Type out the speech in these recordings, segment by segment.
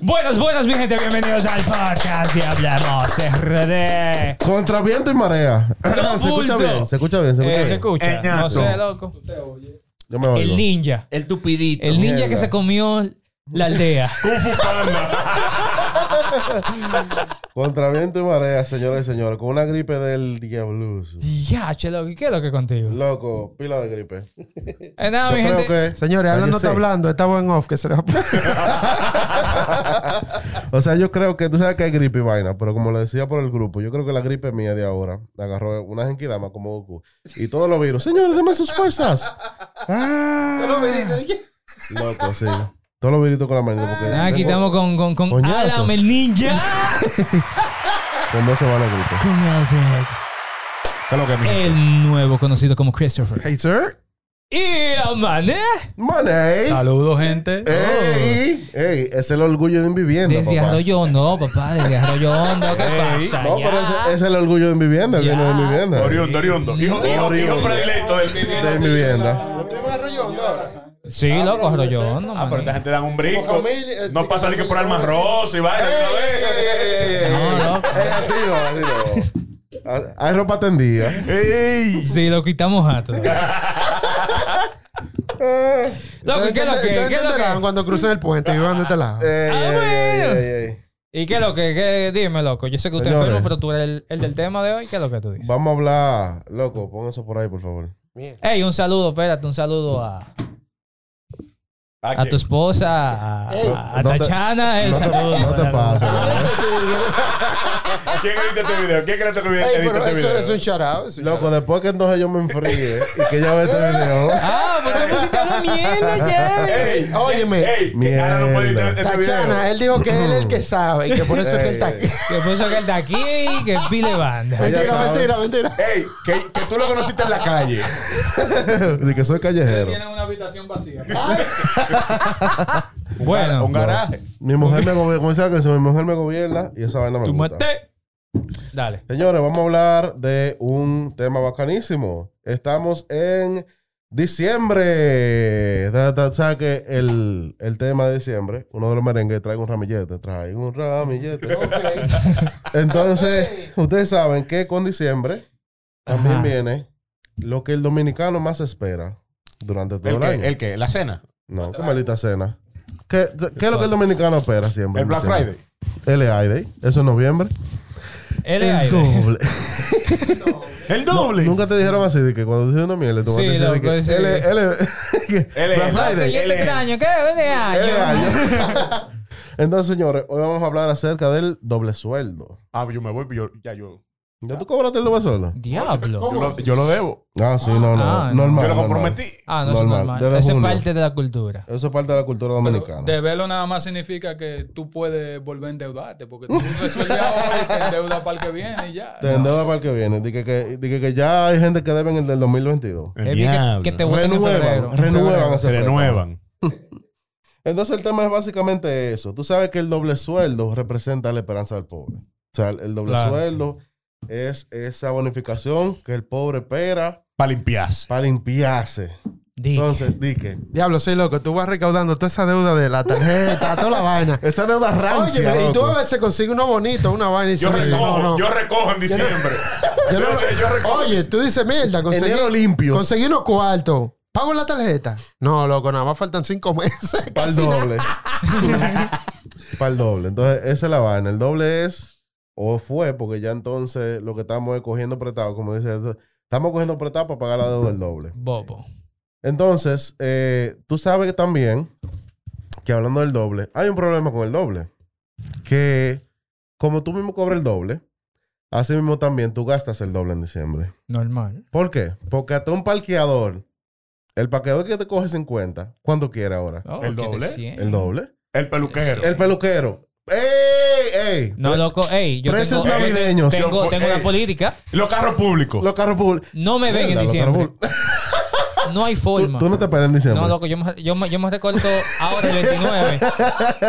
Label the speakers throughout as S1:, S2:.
S1: Buenas, buenas, mi gente. Bienvenidos al podcast y hablamos RD.
S2: Contra viento y marea.
S1: No,
S2: se escucha
S1: bulto.
S2: bien, se escucha bien, se
S1: Eh,
S2: escucha bien.
S1: se escucha.
S3: El ñato.
S1: No sé, loco.
S2: Yo me oigo.
S1: El ninja.
S3: El tupidito.
S1: El ninja que
S2: mierda.
S1: se comió la aldea.
S4: Kung Fu Panda.
S2: Contra viento y marea, señores y señores. Con una gripe del diablo.
S1: ya, che, loco. ¿y ¿Qué es lo que es contigo?
S2: Loco, pila de gripe.
S1: Eh, nada, mi
S2: Yo creo
S1: gente.
S2: que-
S5: Señores, hablan, no
S2: Cállese.
S5: está hablando, está buen off que se le va a poner.
S2: O sea, yo creo que tú sabes que hay gripe y vaina, pero como le decía por el grupo, yo creo que la gripe mía de ahora agarró una genkidama como Goku. Y todos los virus, señores, denme sus fuerzas. Ah. Loco, sí. Todos los viritos con la manita. Porque
S1: Nada, Ah, aquí
S2: tengo-
S1: estamos con, con, con
S2: Coñazo.
S1: Alam, el ninja.
S2: Con dos semanas de gripe.
S1: con Alfred.
S4: ¿Qué es lo que mi gente?
S1: El nuevo conocido como Christopher.
S5: Hey, sir.
S1: Y Amané.
S2: Money.
S3: Saludos, gente.
S2: ¡Ey! ¡Ey! Es el orgullo de un vivienda.
S1: Oh, Desde
S2: papá.
S1: Arroyo Hondo, papá. Desde Arroyo Hondo. ¿Qué pasa?
S2: No,
S1: Ya.
S2: pero ese es el orgullo de mi vivienda, el
S1: Ya.
S2: vino de mi vivienda.
S4: Oriundo, oriundo. Hijo, hijo, hijo predilecto del
S2: De mi vivienda.
S1: Sí, loco, Arroyo Hondo.
S4: Ah, pero
S1: maní.
S4: esta gente dan un brinco.
S2: Como familia, este,
S4: No pasa ni que
S2: como
S4: por almas
S2: familia,
S4: rosas y vaina. de una vez.
S1: No, no.
S2: Es así, no, así no. Ah, Hay ropa tendida.
S4: ¡Ey!
S1: Sí, lo quitamos a todos. Loco, ¿y ¿qué es lo que? ¿Qué es lo
S5: entenderán
S1: que?
S5: cuando crucen el puente y van de este lado.
S2: Ey, ey, ey,
S1: Ah, bueno.
S2: ey, ey.
S1: ¿Y qué es lo que? ¿Qué? Dime, loco. Yo sé que usted es
S2: Señores.
S1: enfermo, pero tú eres el, el del tema de hoy. ¿Qué es lo que tú dices?
S2: Vamos a hablar, loco, pon eso por ahí, por favor.
S1: Ey, un saludo, espérate, un saludo a,
S4: ¿A
S1: a tu
S4: quién?
S1: esposa, a, a- a
S2: no te-
S1: Tachana. el
S2: No te,
S1: saludo.
S2: no te
S1: para-
S2: pases. loco.
S4: ¿Quién edita este video? ¿Quién cree que edita este video?
S5: charado.
S2: Loco, después que entonces yo me enfríe y que ya ve este video.
S1: Ah, pues te pusiste una mierda, Jerry.
S4: ¡Ey!
S5: Óyeme.
S4: ¡Ey! Que ahora no puede editar este
S5: Tachana, eh.
S4: video.
S5: él dijo que él es el que sabe y que por eso es que él está aquí.
S1: Que puso que el de aquí, que es Pile Banda.
S2: Ella
S5: Mentira,
S2: sabe.
S5: mentira, mentira.
S4: ¡Ey! Que, que tú lo conociste en la calle.
S2: De que soy callejero.
S3: una habitación vacía.
S1: Bueno,
S4: Un garaje.
S2: Mi mujer me gobierna, como dice la canción, mi mujer me gobierna y esa vaina me
S1: tú
S2: gusta.
S1: maté. Dale.
S2: Señores, vamos a hablar de un tema bacanísimo. Estamos en diciembre. Da- da- ¿Sabes que el, el tema de diciembre, uno de los merengues trae un ramillete? Trae un ramillete. Entonces, ustedes saben que con diciembre también
S1: Ajá.
S2: viene lo que el dominicano más espera durante todo el,
S3: ¿El qué?
S2: año.
S3: ¿El qué? ¿La cena?
S2: No, qué maldita cena. ¿Qué, qué es lo que el dominicano espera siempre?
S4: El Black
S2: en diciembre?
S4: Friday.
S2: El Friday. Eso en noviembre.
S1: Él es
S2: El
S1: aire.
S2: doble.
S4: ¡El doble!
S2: Nunca te dijeron así de que cuando dices una miel, tú vas a
S1: Sí,
S2: decir de
S1: loco,
S2: que
S1: sí.
S2: L, L, que
S4: L,
S2: Black
S1: Loco,
S2: Friday.
S1: Yo
S4: Él
S1: te
S4: es-
S1: extraño, ¿qué? ¿Dónde
S2: L
S1: año?
S2: año. Entonces, señores, hoy vamos a hablar acerca del doble sueldo.
S4: Ah, yo me voy, yo, ya yo.
S2: ¿Ya tú cobraste el doble sueldo?
S1: Diablo.
S4: Yo lo, yo lo debo.
S2: Ah, sí, no, no.
S1: Ah, no.
S2: normal.
S4: Yo lo
S2: normal.
S4: comprometí.
S1: Ah, no, eso es
S2: Normal,
S1: normal.
S2: desde
S1: Eso es
S2: junio.
S1: parte de la cultura.
S2: Eso es parte de la cultura dominicana.
S6: De velo nada más significa que tú puedes volver a endeudarte, porque tú resuelves ahora y te endeudas para el que viene y ya.
S2: Te endeudas para el que viene. Dije que, di que, que ya hay gente que deben el del 2022.
S1: Es bien que- que, te voten en febrero.
S2: Renuevan, renuevan ese
S4: Se
S2: préstamo.
S4: renuevan.
S2: Entonces el tema es básicamente eso. Tú sabes que el doble sueldo representa la esperanza del pobre. O sea, el doble
S1: Claro.
S2: sueldo es esa bonificación que el pobre espera
S4: Para limpiarse.
S2: para limpiarse.
S1: Dije.
S2: Entonces, dije,
S5: Diablo, soy loco. Tú vas recaudando toda esa deuda de la tarjeta, toda la vaina.
S2: esa deuda rancia,
S5: Óyeme, y tú
S2: loco.
S5: a veces consigues uno bonito, una vaina y
S4: Yo
S5: dices,
S4: recojo, yo recojo en diciembre.
S5: Yo no-
S4: yo recojo.
S5: Oye, tú dices, mierda, conseguí,
S2: Enero limpio.
S5: conseguí unos cuartos. ¿Pago la tarjeta? No, loco, nada más faltan cinco meses.
S2: Para el
S5: casi nada.
S2: doble. para el doble. Entonces, esa es la vaina. El doble es, o fue, porque ya entonces lo que estamos es cogiendo prestado, como dice, estamos cogiendo prestado para pagar la deuda del doble.
S1: Bobo.
S2: Entonces, eh, tú sabes que también que hablando del doble, hay un problema con el doble. Que como tú mismo cobras el doble, así mismo también tú gastas el doble en diciembre.
S1: Normal.
S2: ¿Por qué? Porque hasta un parqueador, el parqueador que te coge 50, cuando quiere ahora,
S1: Oh,
S4: ¿El
S1: tiene
S4: doble?
S1: 100.
S2: el doble.
S4: El peluquero.
S2: El peluquero. ¡Ey! ¡Ey!
S1: No, loco, ey. Yo
S2: Precios
S1: tengo,
S2: navideños.
S1: tengo,
S4: Yo-
S1: tengo
S4: ey.
S1: una política.
S4: Los carros públicos.
S2: Los carros públicos.
S1: No me ven en
S2: Mierda, los
S1: diciembre.
S2: carros públicos.
S1: No hay
S2: Tú,
S1: forma.
S2: tú no te paras en diciembre.
S1: No, loco, yo me, yo, me, yo me recorto ahora el 29.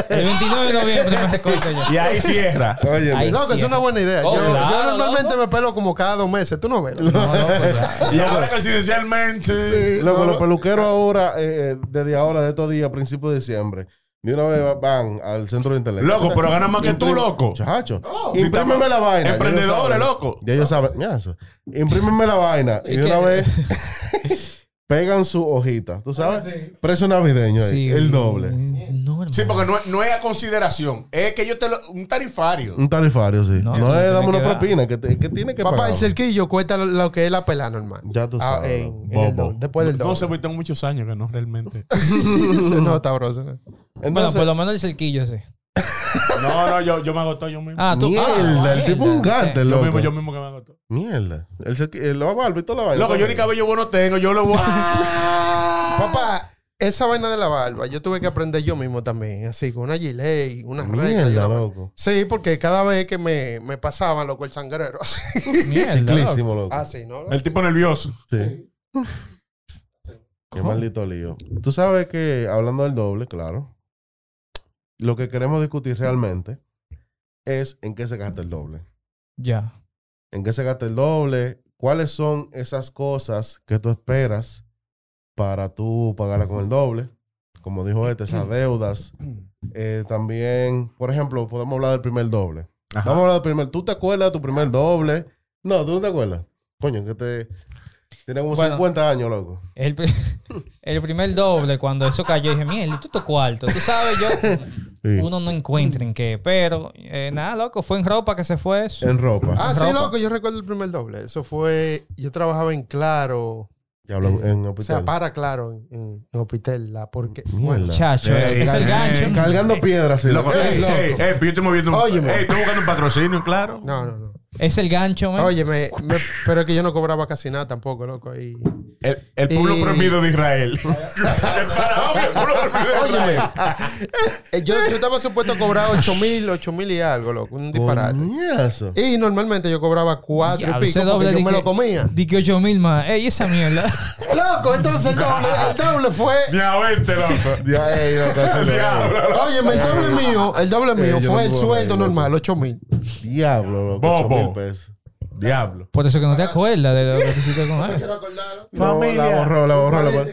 S1: El 29 de noviembre me recorto yo.
S4: Y ahí cierra.
S2: Óyeme.
S1: Ay,
S5: Loco, es
S1: Siempre.
S5: una buena idea.
S1: Oh,
S5: yo, yo
S1: claro,
S5: normalmente
S1: loco.
S5: me pelo como cada dos meses. Tú no ves.
S1: No, loco, ya.
S4: Y ahora coincidencialmente.
S2: Loco, los peluqueros ahora, eh, eh, desde ahora, de estos días, a principios de diciembre, De una vez va- van al centro de internet.
S4: Loco, pero ganas más que tú, loco. Oh,
S2: Chacho, imprímeme la vaina.
S4: Emprendedores,
S2: Ya ellos saben.
S4: loco.
S2: Ya ellos saben. Mira eso. Imprímeme la vaina. Y de una vez pegan su hojita. ¿Tú sabes? Precio navideño ahí.
S1: Ah, Sí.
S2: el doble.
S1: No, hermano.
S4: Sí, porque no, es- no es a consideración. Es que yo te lo. Un tarifario.
S2: Un tarifario, sí.
S1: No,
S2: No,
S1: no,
S2: es dame
S1: tiene
S2: una
S1: que dar.
S2: propina. Que, te- que tiene que
S5: Papá,
S2: pagar.
S5: el cerquillo cuesta lo- lo que es la pela normal.
S2: Ya tú
S5: Ah,
S2: sabes,
S5: en- en
S2: bobo.
S5: el do- después del
S4: No sé,
S5: doble.
S4: porque tengo muchos años que no realmente.
S5: no, está broso. ¿no?
S1: Bueno, pues,
S2: Entonces,
S1: por lo menos el cerquillo, sí.
S4: No, no, yo, yo me agotó yo mismo.
S1: Ah, tú. ah,
S2: mierda. el tipo un
S1: mierda.
S2: gante,
S4: yo
S2: loco.
S4: mismo, yo mismo que me agotó.
S2: Mierda. El cerqui- el- lo va a y toda la vaina.
S4: Loco, yo ni cabello bueno tengo, yo lo voy
S5: Ah. Papá, esa vaina de la barba, yo tuve que aprender yo mismo también. Así, con una gilet y una regla. y
S2: Mierda,
S5: una-
S2: loco.
S5: Sí, porque cada vez que me, me pasaba, loco, el sangrero.
S1: Mierda, loco.
S2: Ciclísimo, loco.
S5: Ah, sí, ¿no?
S4: El tipo nervioso.
S2: Sí. Qué maldito lío. Tú sabes que, hablando del doble, claro, lo que queremos discutir realmente es en qué se gasta el doble.
S1: Ya.
S2: ¿En qué se gasta el doble? ¿Cuáles son esas cosas que tú esperas para tú pagarla con el doble? Como dijo este, esas deudas. Eh, también, por ejemplo, podemos hablar del primer doble. Vamos a hablar del primer. ¿Tú te acuerdas de tu primer doble? No, tú no te acuerdas. Coño, que te. Tiene como
S1: Bueno.
S2: 50 años, loco.
S1: El, pri- el primer doble, cuando eso cayó, dije, mierda, tú tu cuarto. Tú sabes, yo.
S2: Sí.
S1: Uno no encuentra en qué. Pero, eh, nada, loco, fue en ropa que se fue eso.
S2: En ropa.
S5: Ah, sí,
S1: ropa.
S5: loco, yo recuerdo el primer doble. Eso fue. Yo trabajaba en Claro.
S2: Ya habló en
S5: O
S2: hospital.
S5: sea, para Claro, en, en, en Hospital. La porque.
S2: Mierda.
S1: Chacho, es,
S4: Ey,
S1: es el
S4: ey,
S1: gancho.
S4: ey,
S2: Cargando piedras. sí,
S4: Loco,
S2: loco.
S4: ey, ey, ey, pero yo estoy moviendo un.
S5: Óyeme.
S4: Ey, estoy buscando un patrocinio, claro.
S5: No, no, no.
S1: Es el gancho, man.
S5: Oye, me, me- pero es que yo no cobraba casi nada tampoco, loco. Y...
S4: El, el pueblo
S5: Y-
S4: prohibido de Israel. el faraón y el pueblo prohibido de
S5: Óyeme.
S4: Israel.
S5: Eh, Yo, yo estaba supuesto a cobrar 8 mil, 8 mil y algo, loco. Un disparate.
S2: Coñazo.
S5: Y normalmente yo cobraba 4
S1: Diablo,
S5: y pico
S1: ese
S5: porque yo
S1: di
S5: me
S1: que-
S5: lo comía.
S1: Di que 8 mil más. Ey, esa mierda.
S5: Loco, entonces el doble, el doble fue...
S4: Ni a 20, loco.
S2: Ya, ey, loco, eso es
S4: Eh, Diablo, loco.
S5: Oye, el doble mío, el doble mío
S2: Eh, yo no
S5: fue el
S2: puedo
S5: sueldo
S2: creer, loco.
S5: normal, 8 mil.
S2: lo- Diablo, loco.
S4: Bobo.
S2: 8,000 pesos.
S4: Diablo.
S1: Por eso que no te acuerdas de lo que hiciste con él.
S2: No, la borró, la borró, la borró.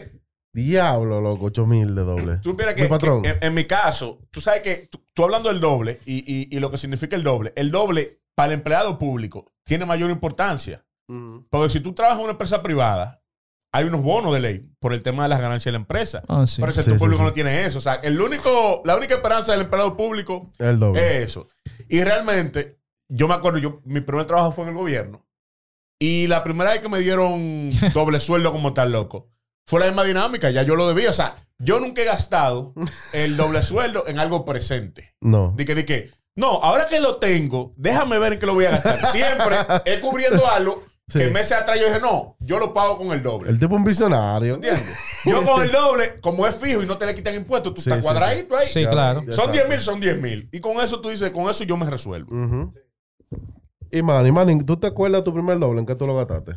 S2: Diablo, loco. 8 mil de doble.
S4: Tú supieras
S2: Mi
S4: que,
S2: patrón.
S4: que en, en mi caso, tú sabes que tú, tú hablando del doble y, y- y lo que significa el doble, el doble para el empleado público tiene mayor importancia. Porque si tú trabajas en una empresa privada, hay unos bonos de ley por el tema de las ganancias de la empresa.
S1: Ah, sí.
S4: Pero el
S2: Sí,
S4: sector
S2: sí,
S4: público
S2: sí.
S4: no tiene eso. O sea, el único, la única esperanza del empleado público
S2: el doble.
S4: es eso. Y realmente, yo me acuerdo, yo, mi primer trabajo fue en el gobierno. Y la primera vez que me dieron doble sueldo como tal loco, fue la misma dinámica, ya yo lo debía. O sea, yo nunca he gastado el doble sueldo en algo presente.
S2: no.
S4: De que, de que, no, ahora que lo tengo, déjame ver en qué lo voy a gastar. Siempre he cubriendo algo que
S2: Sí.
S4: meses atrás yo dije, no, yo lo pago con el doble.
S2: El tipo es un visionario.
S4: ¿Entiendes? Yo con el doble, como es fijo y no te le quitan impuestos, tú
S2: Sí,
S4: estás
S2: sí,
S4: cuadradito ahí.
S1: Sí, claro.
S2: Ya pues.
S4: Son
S2: sabes.
S4: 10 mil, son 10 mil. Y con eso tú dices, con eso yo me resuelvo.
S2: Ujú. Y Manny, Manny, ¿tú te acuerdas de tu primer doble? ¿En qué tú lo gastaste?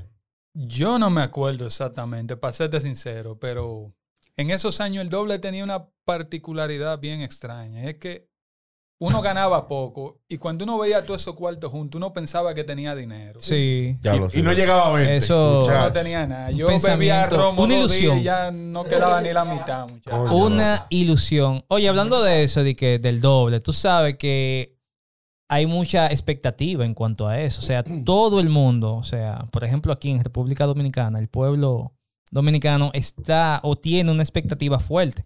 S6: Yo no me acuerdo exactamente, para serte sincero, pero en esos años el doble tenía una particularidad bien extraña. Es que uno ganaba poco y cuando uno veía todos esos cuartos juntos, uno pensaba que tenía dinero.
S1: Sí.
S2: Ya lo
S4: Y, y no llegaba a 20.
S1: Eso.
S6: Yo
S2: Muchacho.
S6: no tenía nada. Yo
S1: Pensamiento,
S6: bebía romo
S1: una
S6: dos días
S1: ilusión.
S6: y ya no quedaba ni la mitad, muchachos.
S1: Una ilusión. Oye, hablando de eso, de que del doble, tú sabes que hay mucha expectativa en cuanto a eso. O sea, todo el mundo, o sea, por ejemplo, aquí en República Dominicana, el pueblo dominicano está o tiene una expectativa fuerte.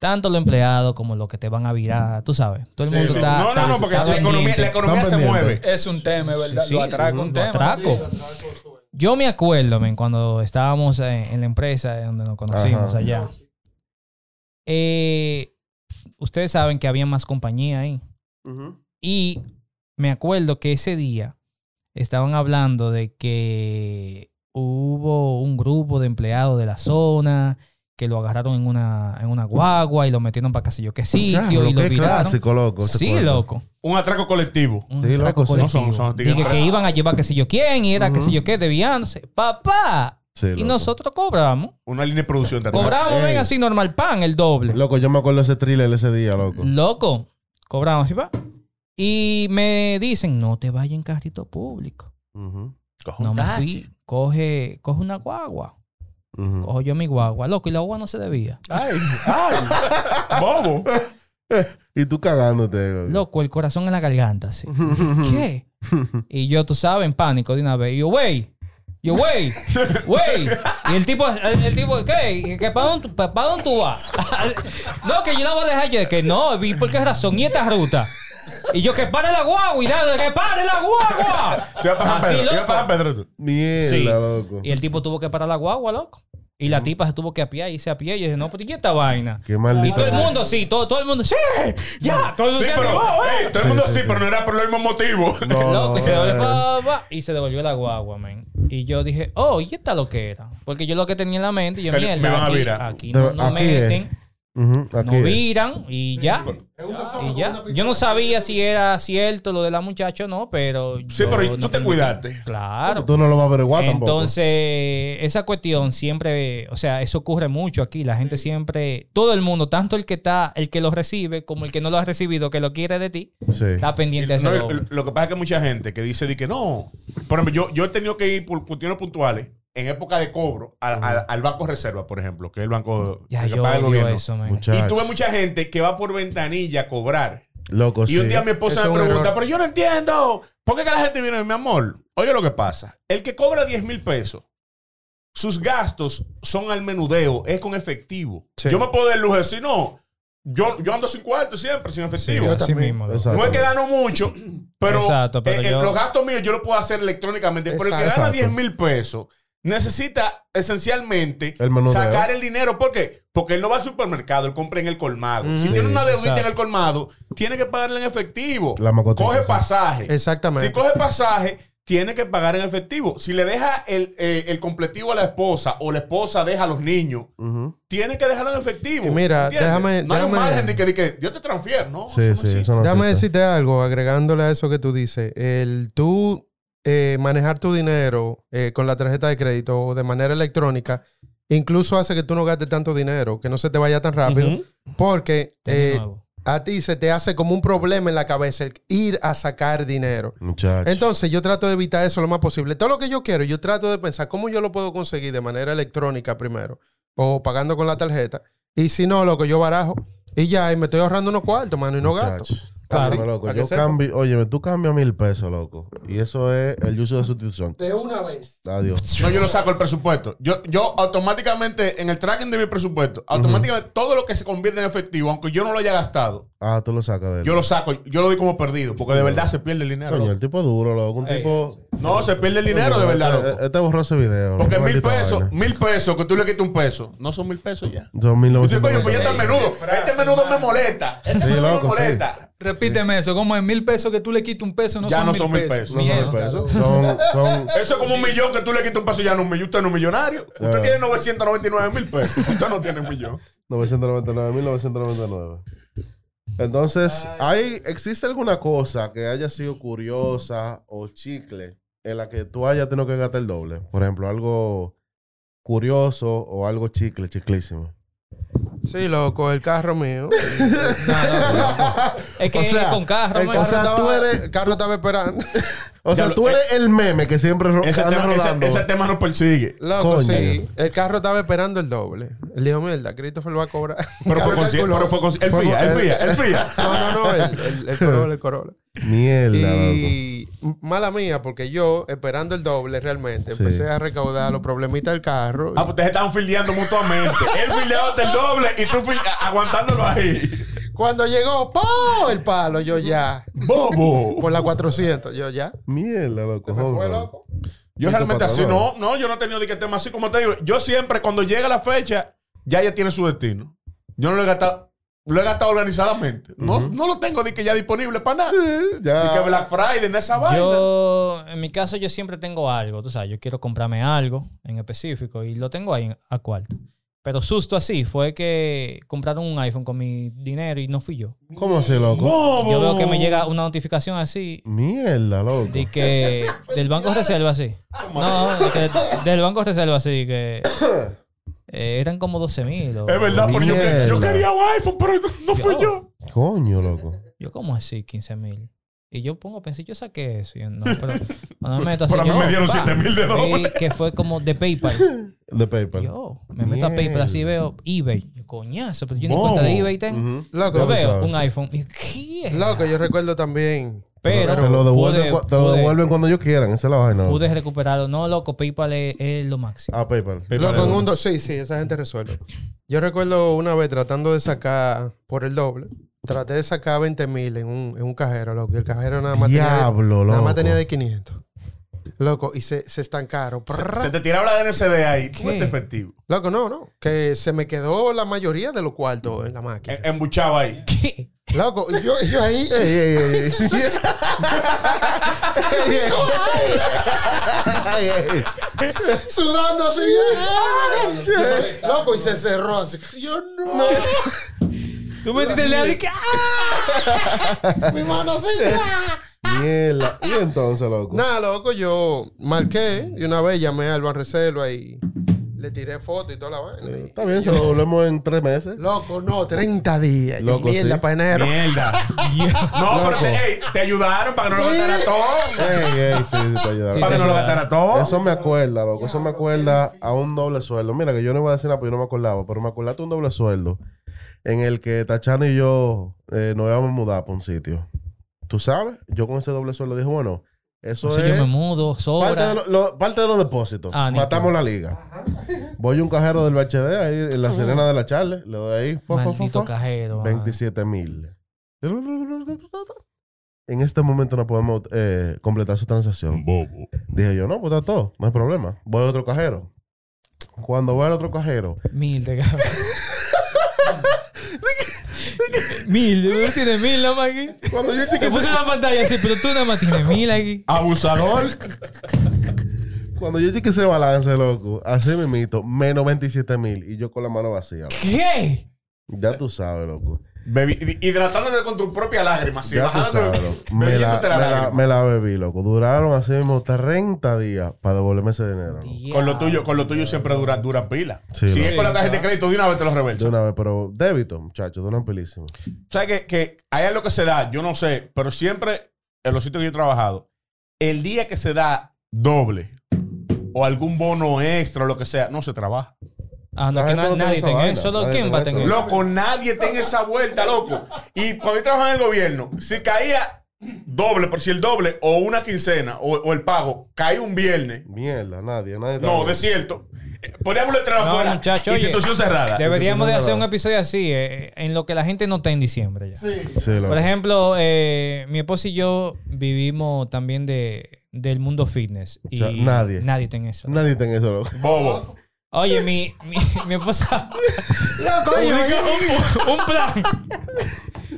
S1: Tanto los empleados como los que te van a virar, tú sabes. Todo el
S2: Sí,
S1: mundo
S2: sí.
S1: está.
S4: no, no, no,
S1: está-
S4: porque
S1: está
S4: la economía,
S1: pendiente.
S4: la economía se
S2: Están
S4: mueve.
S2: pendientes.
S6: Es un tema, ¿verdad?
S1: Sí,
S6: lo atraca
S1: lo
S6: un tema.
S1: atraco. Yo me acuerdo, men, cuando estábamos en, en la empresa donde nos conocimos
S2: Ajá.
S1: allá. Eh, ustedes saben que había más compañía ahí. Y me acuerdo que ese día estaban hablando de que hubo un grupo de empleados de la zona que lo agarraron en una, en una guagua y lo metieron para qué sé yo qué sitio
S2: Claro,
S1: y
S2: qué
S1: lo viraron.
S2: clásico, loco. ese
S1: Sí,
S2: cuento.
S1: loco.
S4: Un atraco colectivo.
S1: Un
S2: Sí,
S1: atraco
S2: loco, sí.
S1: colectivo.
S4: No, son- son tigres.
S1: Dije que iban a llevar qué sé yo quién y era qué sé yo qué deviándose. ¡Papá!
S2: Sí,
S1: y
S2: loco.
S1: nosotros cobramos.
S4: Una línea de producción de atraco.
S1: Cobramos, ven,
S2: Ey.
S1: así normal, pan, el doble.
S2: Loco, yo me acuerdo de ese thriller ese día, loco.
S1: Loco, cobramos, ¿sí, pa? Y me dicen, no te vayas en carrito público.
S2: Ujú,
S4: Cojo
S1: No
S4: un
S1: me
S4: taxi.
S1: fui. Coge, coge una guagua.
S2: ujú.
S1: Cojo yo mi guagua, loco, y la guagua no se debía.
S4: Ay, bobo.
S2: Eh, Y tú cagándote. loco.
S1: Loco, el corazón en la garganta, así. ¿Qué? Y yo, tú sabes, en pánico de una vez. Y yo, wey. Yo, wey. Wey. Y el tipo, el, el tipo, ¿qué? ¿Que ¿Para dónde, tú- pa- pa dónde tú vas? no, que yo la voy a dejar yo. Que no, ¿y por qué razón? ¿Y esta ruta? Y yo, que pare la guagua. Y nada, que pare la guagua.
S4: Te voy a pasar
S1: Así,
S4: Pedro, te voy a
S1: loco.
S4: pasar Pedro tú.
S2: Mierda,
S1: Sí.
S2: loco.
S1: Y el tipo tuvo que parar la guagua, loco. Y la tipa se tuvo que apiar y se apió. Y yo dije, no, pero ¿y esta vaina?
S2: Qué
S1: Y todo el
S2: maldita.
S1: mundo, sí, todo, todo el mundo, sí, ya, todo el mundo
S4: Sí,
S1: se
S4: pero.
S1: animó, eh.
S4: ey, todo el mundo
S2: Sí,
S4: sí,
S2: sí, sí.
S4: pero no era por el mismo motivo.
S2: No,
S1: Loco, y se
S2: no,
S1: devolvió,
S2: no.
S1: pa, pa, y se devolvió la guagua, man. Y yo dije, oh, ¿y esta lo que era? Porque yo lo que tenía en la mente, yo,
S4: Que
S1: mierda,
S4: me van a
S1: aquí,
S4: virar.
S1: aquí
S2: De-
S1: no, no
S2: aquí es.
S1: meten,
S2: Ujú, aquí
S1: no
S2: es.
S1: viran y ya. Y ya. Yo no sabía si era cierto lo de la muchacha o no, pero.
S4: Sí,
S1: yo
S4: pero y
S1: no
S4: tú te
S1: permití.
S4: cuidaste.
S1: Claro.
S2: Tú no lo vas a averiguar tampoco.
S1: Entonces, esa cuestión siempre, o sea, eso ocurre mucho aquí. La gente siempre, todo el mundo, tanto el que está, el que lo recibe, como el que no lo ha recibido, que lo quiere de ti,
S2: Sí.
S1: está pendiente de
S4: No,
S1: ese
S4: lo,
S1: doble.
S4: lo que pasa es que hay mucha gente que dice de que no. Por ejemplo, yo, yo he tenido que ir por cuestiones puntuales en época de cobro a- a- al Banco Reserva, por ejemplo, que es el banco
S1: Ya
S4: el que
S1: yo
S4: paga el
S1: odio
S4: gobierno.
S1: eso, man.
S2: Muchachos.
S4: Y tuve mucha gente que va por ventanilla a cobrar.
S5: Oh,
S2: Loco,
S4: Y un
S2: sí.
S4: día mi esposa
S5: Eso
S4: me
S5: es un
S4: pregunta,
S5: error.
S4: pero yo no entiendo. ¿Por qué que la gente viene? Mi amor, oye lo que pasa. El que cobra 10 mil pesos, sus gastos son al menudeo, es con efectivo.
S5: Sí.
S4: Yo me puedo dar lujo, si no, yo, yo ando sin cuarto siempre, sin efectivo.
S5: yo
S1: Así
S5: también.
S1: mismo, loco.
S2: Exacto.
S4: No es que gano mucho, pero,
S1: Exacto, pero
S4: eh, eh,
S1: yo-
S4: los gastos míos yo los puedo hacer electrónicamente. Pero el que
S5: Exacto.
S4: gana 10 mil pesos necesita esencialmente
S2: El menudeo.
S4: sacar el dinero. ¿Por qué? Porque él no va al supermercado, él compra en el colmado. Si
S5: Mm.
S4: tiene una
S1: Sí,
S4: deuda en
S1: exacto.
S4: el colmado, tiene que pagarle en efectivo.
S2: La macotita,
S4: coge
S2: sí.
S4: pasaje.
S5: Exactamente.
S4: Si coge pasaje, tiene que pagar en efectivo. Si le deja el, eh, el completivo a la esposa o la esposa deja a los niños,
S2: Ujú.
S4: tiene que dejarlo en efectivo.
S5: Y mira,
S4: ¿entiendes?
S5: déjame-
S4: No hay un
S5: déjame-
S4: margen de que, de que yo te transfiero, ¿no?
S2: Sí,
S4: Eso no
S2: sí,
S4: existe.
S2: eso no
S5: Déjame
S2: existe.
S5: decirte algo, agregándole a eso que tú dices. El tú eh, manejar tu dinero eh, con la tarjeta de crédito o de manera electrónica, incluso hace que tú no gastes tanto dinero, que no se te vaya tan rápido,
S4: Ujú.
S5: porque
S1: De
S5: eh,
S1: nuevo.
S5: a ti se te hace como un problema en la cabeza el ir a sacar dinero.
S2: Muchachos.
S5: Entonces yo trato de evitar eso lo más posible. Todo lo que yo quiero, yo trato de pensar cómo yo lo puedo conseguir de manera electrónica primero o pagando con la tarjeta. Y si no, loco, yo barajo y ya, y me estoy ahorrando unos cuartos, mano, y no gasto.
S2: Muchachos.
S5: Claro.
S2: Cálmame, loco.
S5: Para que
S2: Yo
S5: sepa.
S2: cambio, oye, tú cambias mil pesos, loco. Y eso es el uso de sustitución.
S5: una vez.
S2: Adiós.
S4: No, yo no saco el presupuesto. Yo, yo automáticamente, en el tracking de mi presupuesto, automáticamente todo lo que se convierte en efectivo, aunque yo no lo haya gastado,
S2: Ah, tú lo sacas de él.
S4: yo lo saco, yo lo doy como perdido, porque de verdad se pierde el dinero.
S2: Coño,
S4: loco.
S2: el tipo duro, loco. Un tipo.
S4: No, se pierde el dinero de verdad,
S2: Este-
S4: loco.
S2: Este borró ese video. loco.
S4: Porque mil
S2: Maldita
S4: pesos,
S2: vaina.
S4: mil pesos, que tú le quites un peso, no son mil pesos ya.
S2: Son mil
S4: Usted, coño, pues ya está el
S2: novecientos.
S4: menudo. Este menudo me molesta. Este
S2: Sí,
S4: menudo
S2: loco,
S4: me
S2: sí.
S4: molesta.
S6: Repíteme eso, como en mil pesos que tú le quitas un peso, no
S4: Ya
S6: son
S4: no
S6: mil
S4: son mil pesos,
S6: pesos.
S4: no
S2: Son mil
S6: Mierda,
S2: pesos.
S6: loco.
S2: Son. son
S4: Eso es como un millón que tú le quitas un peso y ya no es un millón. Usted no es millonario. Usted
S2: Ah.
S4: tiene 999 mil pesos. Usted no tiene un millón.
S2: 999.999. Entonces, ¿hay, ¿existe alguna cosa que haya sido curiosa o chicle en la que tú hayas tenido que gastar el doble? Por ejemplo, algo curioso o algo chicle, chiclísimo.
S5: Sí, loco, el carro mío.
S1: Es que
S2: O sea,
S1: con carro,
S2: el
S1: man.
S5: O sea,
S2: Ahora tú
S5: estaba-
S2: eres-
S5: el carro estaba esperando.
S2: O sea,
S4: Diablo,
S2: tú eres el meme que siempre ro-
S4: Ese
S2: anda
S4: tema, ese,
S2: rodando.
S4: ese tema nos persigue.
S5: Loco,
S2: Coño.
S5: sí. El carro estaba esperando el doble. Él dijo, mierda, Christopher va a cobrar.
S4: Pero fue
S5: Carro
S4: consciente.
S5: calculó.
S4: Pero fue consci- Él fía, él fía, él Ah, fía.
S5: No, no, no, el, el, el Corolla, el Corolla.
S2: Mierda, loco.
S5: Y mala mía, porque yo, esperando el doble realmente,
S2: Sí.
S5: empecé a recaudar los problemitas del carro.
S4: Ah, pues ustedes estaban filiando mutuamente. Él filiaba hasta el doble y tú fil- a- aguantándolo ahí.
S5: Cuando llegó, ¡pum! El palo, yo ya.
S4: Bobo.
S5: Por la 400, yo ya.
S2: Mierda, loco.
S5: Se me fue
S2: joder.
S5: loco.
S4: Yo
S2: ¿Y tu
S4: realmente así, no,
S2: patrón?
S4: no, yo no he tenido de que tema así. Como te digo, yo siempre, cuando llega la fecha, ya ya tiene su destino. Yo no lo he gastado. Lo he gastado organizadamente. No, no lo tengo de que ya disponible para nada.
S2: ya.
S4: Y
S5: Ah.
S4: que Black Friday en esa vaina.
S1: Yo, en mi caso, yo siempre tengo algo. Tú sabes, yo quiero comprarme algo en específico y lo tengo ahí en- a cuarto. Pero susto así fue que compraron un iPhone con mi dinero y no fui yo.
S2: ¿Cómo así, loco?
S4: ¿Cómo?
S1: Yo veo que me llega una notificación así
S2: Mierda, loco.
S1: de que del Banco Reserva así. No, de que del Banco Reserva así que eh, eran como 12 mil.
S4: Es verdad, porque yo, que- yo
S2: Mierda.
S4: quería un iPhone, pero no, no fui yo.
S2: Coño, loco.
S1: Yo como así 15 mil. Y yo pongo, pensé, yo saqué eso. Y yo, no, pero cuando me meto así,
S4: Pero a mí
S1: yo,
S4: me dieron
S1: pa.
S4: 7,000 de
S1: Y
S4: dólares.
S1: que fue como de PayPal.
S2: De PayPal.
S1: Yo me meto a PayPal, así veo eBay. Yo, coñazo, pero yo ni
S4: Bobo.
S1: cuenta de eBay tengo.
S2: Ujú.
S5: Loco,
S1: Yo
S2: Ya
S1: veo
S2: sabes.
S1: un iPhone. Y, yo, ¿qué?
S5: Loco, yo recuerdo también.
S1: pero
S2: te lo devuelven,
S1: pude-
S2: cu- te lo
S1: pude-
S2: devuelven cuando ellos quieran. Esa es la vaina.
S1: Pude recuperarlo. No, loco, PayPal es, es lo máximo.
S2: A PayPal.
S5: Loco, en un do- Sí, sí, esa gente resuelve. Yo recuerdo una vez tratando de sacar por el doble. Traté de sacar 20 mil en un, en un cajero, loco. Y el cajero nada más tenía.
S2: Diablo,
S5: De, nada más
S2: loco.
S5: tenía de 500. Loco, y se, se estancaron. Prrr.
S4: Se, se te tiraba la DNCD ahí.
S1: ¿Qué?
S4: Fuerte efectivo.
S5: Loco, no, no. Que se me quedó la mayoría de los cuartos en la máquina.
S4: En- Embuchado Eh, ahí.
S1: ¿Qué?
S5: Loco, yo, yo ahí. ey, ey, ey, ey. Ey, ey. Sudando así. ey, ey. Loco, y se cerró así. Yo no.
S1: Tú metiste el dedo y que.
S6: ah,
S5: Mi mano así.
S2: Mierda. Y entonces, loco.
S5: Nada, loco, yo marqué y una vez llamé al Banreserva y le tiré foto y toda la vaina.
S2: Está bien, se lo devolvemos en tres meses.
S5: Loco, no, 30 días. Yo,
S2: Loco,
S5: mierda, pues,
S2: sí.
S5: pa' enero.
S4: Mierda. No, pero te, ey, te ayudaron para que no lo
S5: Sí.
S4: gastara todo.
S2: Ey, ey, sí, sí, te ayudaron.
S1: Sí,
S4: Para que no lo gastara todo.
S2: Eso me acuerda, loco. Eso me acuerda a un doble sueldo. Mira, que yo no iba a decir nada, pero yo no me acordaba. Pero me acordaste un doble sueldo en el que Tachano y yo eh, nos íbamos a mudar para un sitio. ¿Tú sabes? Yo con ese doble sueldo dije, bueno, eso
S1: Si
S2: es
S1: yo me mudo,
S2: parte, eh,
S1: sobra.
S2: de lo- lo- parte de los depósitos.
S1: Ah, ni
S2: Matamos la liga. Voy a un cajero del BHD ahí en la Serena de la Charle. Le doy ahí. fa, fa, fa,
S1: Maldito
S2: fa.
S1: cajero. ah.
S2: 27 mil. En este momento no podemos eh, completar su transacción. Dije yo, no, pues está todo, no hay problema. Voy a otro cajero. Cuando voy al otro cajero,
S1: Mil de cabrón. mil, tú tienes mil nada más aquí.
S2: cuando yo
S1: Te
S2: chequeé,
S1: puse una pantalla así, pero tú nada más tienes mil aquí.
S4: Abusador.
S2: cuando yo chequeé ese balance, loco, así mito, menos 27 mil y yo con la mano vacía. loco.
S1: ¿Qué?
S2: Ya tú sabes, loco.
S4: Bebi- hidratándote con tu propia lágrima. Sí,
S2: Ya tú sabes,
S4: bajándote.
S2: loco. Me la,
S4: bebiéndote la
S2: me la-
S4: lágrima.
S2: me la bebí, loco. Duraron así mismo 30 días para devolverme ese dinero. loco.
S4: Con lo tuyo, con lo tuyo siempre dura, dura pila.
S2: Sí,
S4: si
S2: loco.
S4: es con la tarjeta de crédito, de una vez te lo
S2: De
S4: reverso.
S2: una vez, pero débito, muchacho, de una pelísima.
S4: ¿Sabes que, que hay algo que se da? Yo no sé, pero siempre en los sitios que yo he trabajado, el día que se da doble o algún bono extra o lo que sea, no se trabaja.
S1: Ah, no,
S2: La
S1: que na-
S2: gente no tiene
S1: nadie
S2: esa
S1: tenga
S2: vaina,
S1: eso. Solo
S2: nadie
S1: quién
S2: tiene
S1: va a tener
S2: eso.
S1: eso.
S4: Loco, nadie tenga esa vuelta, loco. Y cuando yo trabajaba en el gobierno, si caía doble, por si el doble o una quincena o, o el pago, cae un viernes.
S2: Mierda, nadie, nadie.
S4: No,
S2: también.
S4: de cierto. Eh, Poníamos el trabajo
S1: No,
S4: afuera.
S1: muchacho, oye.
S4: institución
S2: Ah,
S4: cerrada.
S1: Deberíamos de hacer un episodio así, eh, en lo que la gente no está en diciembre ya.
S2: Sí, loco.
S1: Por ejemplo, eh, mi esposa y yo vivimos también de, del mundo fitness. Y
S2: sea, nadie.
S1: Nadie está en eso.
S2: Nadie tiene eso, loco.
S4: Bobo.
S1: Oye, mi, mi, mi esposa.
S5: Oye, oye,
S1: un plan.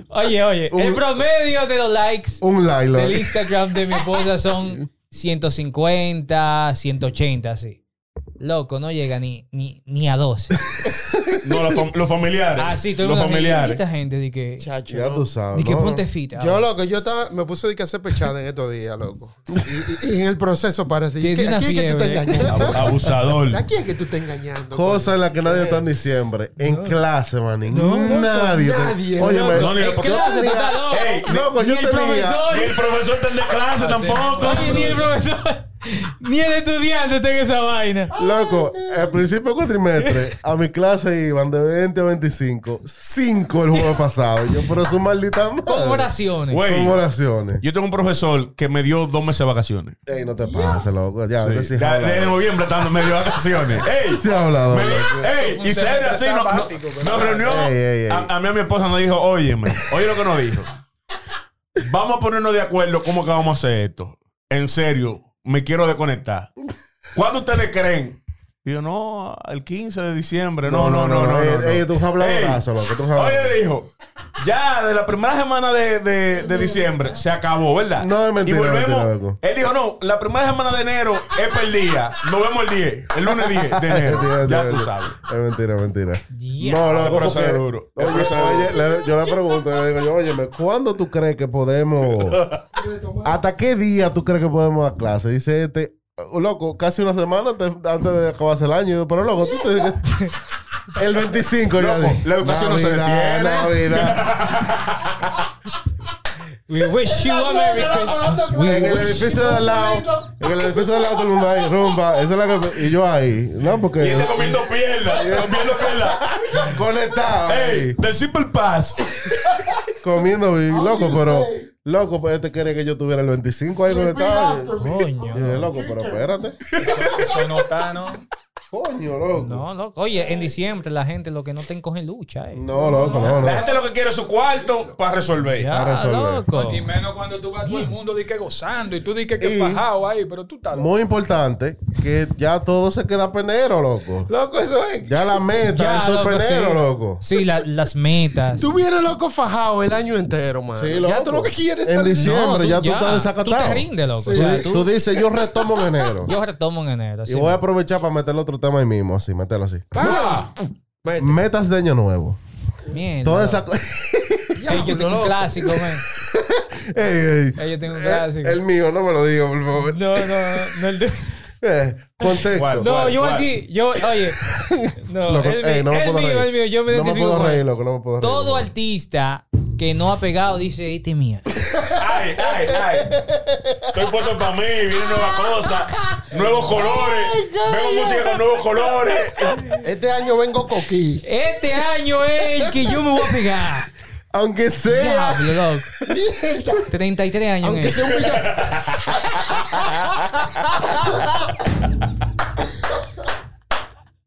S1: Oye, oye, el promedio de los likes
S2: Un like, loco.
S1: del Instagram de mi esposa son 150, 180, así. Loco, no llega ni, ni, ni a 12.
S4: No, los, fam- los familiares.
S1: Así, todo el
S4: los
S1: mundo,
S4: familiares.
S1: Esta gente de que,
S5: Chacho,
S2: Ya
S5: no.
S2: tú sabes.
S1: de que
S2: ¿no?
S1: ponte fita.
S6: ah.
S5: Yo, loco, yo estaba, me puse de que hacer pechada en estos días, loco. Y, y- y en el proceso para decir,
S1: Te di
S5: ¿qué-
S1: una
S5: ¿a quién es que tú
S1: fiebre.
S5: estás engañando?
S4: Abusador.
S1: Ah,
S5: ¿A quién es que tú estás engañando?
S2: Cosa en la que nadie está en diciembre. En clase, manín. nadie. te-
S5: nadie,
S2: Oye,
S5: loco.
S2: me-
S4: No, ni
S1: ¿En
S4: lo-
S1: clase tú estás loco?
S4: Ey,
S2: loco,
S1: ni
S2: yo
S1: el
S2: tenía-
S1: profesor.
S4: Ni el profesor está de clase tampoco.
S1: Ah, Oye, ni el profesor, ni el estudiante está en esa vaina.
S2: Loco, al principio del cuatrimestre, a mi clase iban de 20 a 25. 5 el jueves pasado. Yo, pero su maldita madre.
S1: Con oraciones.
S4: Güey,
S2: Con oraciones.
S4: yo tengo un profesor que me dio dos meses de vacaciones.
S2: Ey, no te pases, loco. Ya,
S4: Sí.
S2: ahorita sí
S4: Ya,
S2: hablado.
S4: Desde noviembre está dando medio vacaciones. ¡Ey!
S2: Sí ha hablado.
S4: Me-
S2: loco.
S4: ¡Ey! Y se ve así. no- no- Nos reunió.
S2: Ey, ey, ey.
S4: A, a mí a mi esposa nos dijo, óyeme, oye lo que nos dijo. Vamos a ponernos de acuerdo cómo que vamos a hacer esto. En serio, me quiero desconectar. ¿Cuándo ustedes creen? Y yo, no, el 15 de diciembre. No, no, no, no. no,
S2: Ey, ey, tú has hablado
S4: Ey.
S2: brazo, loco. Tú has hablado.
S4: Oye, dijo, ya de la primera semana de, de- de diciembre se acabó, ¿verdad?
S2: No, es mentira,
S4: Y volvemos.
S2: mentira, loco.
S4: él dijo, no, la primera semana de enero es perdida. Nos vemos el 10, el lunes 10 de enero. ya tú sabes.
S2: Es mentira, es mentira.
S1: Ya.
S2: No,
S4: Ese
S2: loco,
S4: proceso
S2: porque-
S4: es duro.
S2: Oye,
S4: Ese proceso es
S2: oye, le- yo le pregunto, le digo yo, óyeme, ¿cuándo tú crees que podemos? ¿Hasta qué día tú crees que podemos dar clase? Dice este, "Oh, loco, casi una semana antes, antes de acabarse el año. Pero loco, tú te El 25 ya
S4: Loco,
S2: dije.
S4: la educación no se
S2: Navidad, Navidad.
S1: We wish you a Merry Christmas.
S2: en
S1: We
S2: el
S1: wish.
S2: edificio de al lado, en el edificio de al lado todo el mundo ahí, rumba. Esa es la que, y yo ahí. No,
S4: Y este
S2: porque
S4: está comiendo piernas. Comiendo piernas.
S2: conectado.
S4: Ey,
S2: ahí,
S4: del Simple Pass.
S2: comiendo bien, loco,
S7: you
S2: pero.
S7: say?
S2: Loco, pues este quiere que yo tuviera el 25 ahí
S7: Repeat
S2: conectado.
S7: after me.
S2: Y
S1: Coño.
S2: yo, loco, pero espérate.
S6: Eso no está, ¿no?
S2: Coño, loco.
S1: No,
S2: No,
S1: loco. Oye, en diciembre la gente lo que no te coge lucha, eh.
S2: loco, no,
S4: La
S2: no.
S4: gente lo que quiere es su cuarto para resolver.
S1: Ya,
S2: a resolver.
S1: loco.
S6: Y menos cuando tú vas todo el mundo di que gozando y tú di que, que
S2: Y-
S6: fajado ahí, pero tú estás loco.
S2: Muy importante que ya todo se queda penero, loco.
S5: Loco, eso es.
S2: Ya la meta,
S1: Ya,
S2: eso es
S1: loco,
S2: penero,
S1: sí.
S2: loco.
S1: Sí, la- las metas.
S5: Tú vienes loco fajado el año entero, man.
S2: Sí, loco.
S5: Ya tú lo que quieres es
S2: En
S5: salir.
S2: diciembre
S1: No,
S2: ya tú estás desacatado.
S1: Tú te rindes, loco.
S2: Tú,
S1: O sea, tú-
S2: tú dices, yo retomo en enero.
S1: yo retomo en enero.
S2: y
S1: así
S2: voy a
S1: mismo.
S2: aprovechar para meter otro tema ahí mismo, así, meterlo así.
S5: Ah,
S2: Metas de año nuevo.
S1: Mierda.
S2: Toda esa co-
S1: Ey, yo tengo un clásico, man.
S2: Ey, ey.
S1: Ey, yo tengo un
S2: El,
S1: clásico.
S2: el mío, no me lo digo, por favor.
S1: No, no, no. no, el de-
S2: Eh, contexto.
S4: Guarda.
S1: No,
S4: ¿Cuál,
S1: yo
S4: cuál?
S1: aquí, yo, oye. No,
S2: Loco,
S1: el,
S2: ey,
S1: mío,
S2: no me
S1: el
S2: puedo
S1: mío,
S2: reír.
S1: el mío, yo me
S2: no me
S1: identifico.
S2: puedo
S1: con él.
S2: reír, loco, no me puedo reír.
S1: Todo artista que no ha pegado dice, este mía.
S4: Ay, ay, ay. Estoy puesto para mí, viene nueva cosa, nuevos colores. Veo música con nuevos colores.
S5: Este año vengo coquí.
S1: Este año es el que yo me voy a pegar.
S2: Aunque sea.
S1: Diablo, loco. 33 años. en
S5: Aunque
S1: eso.
S5: sea un villano.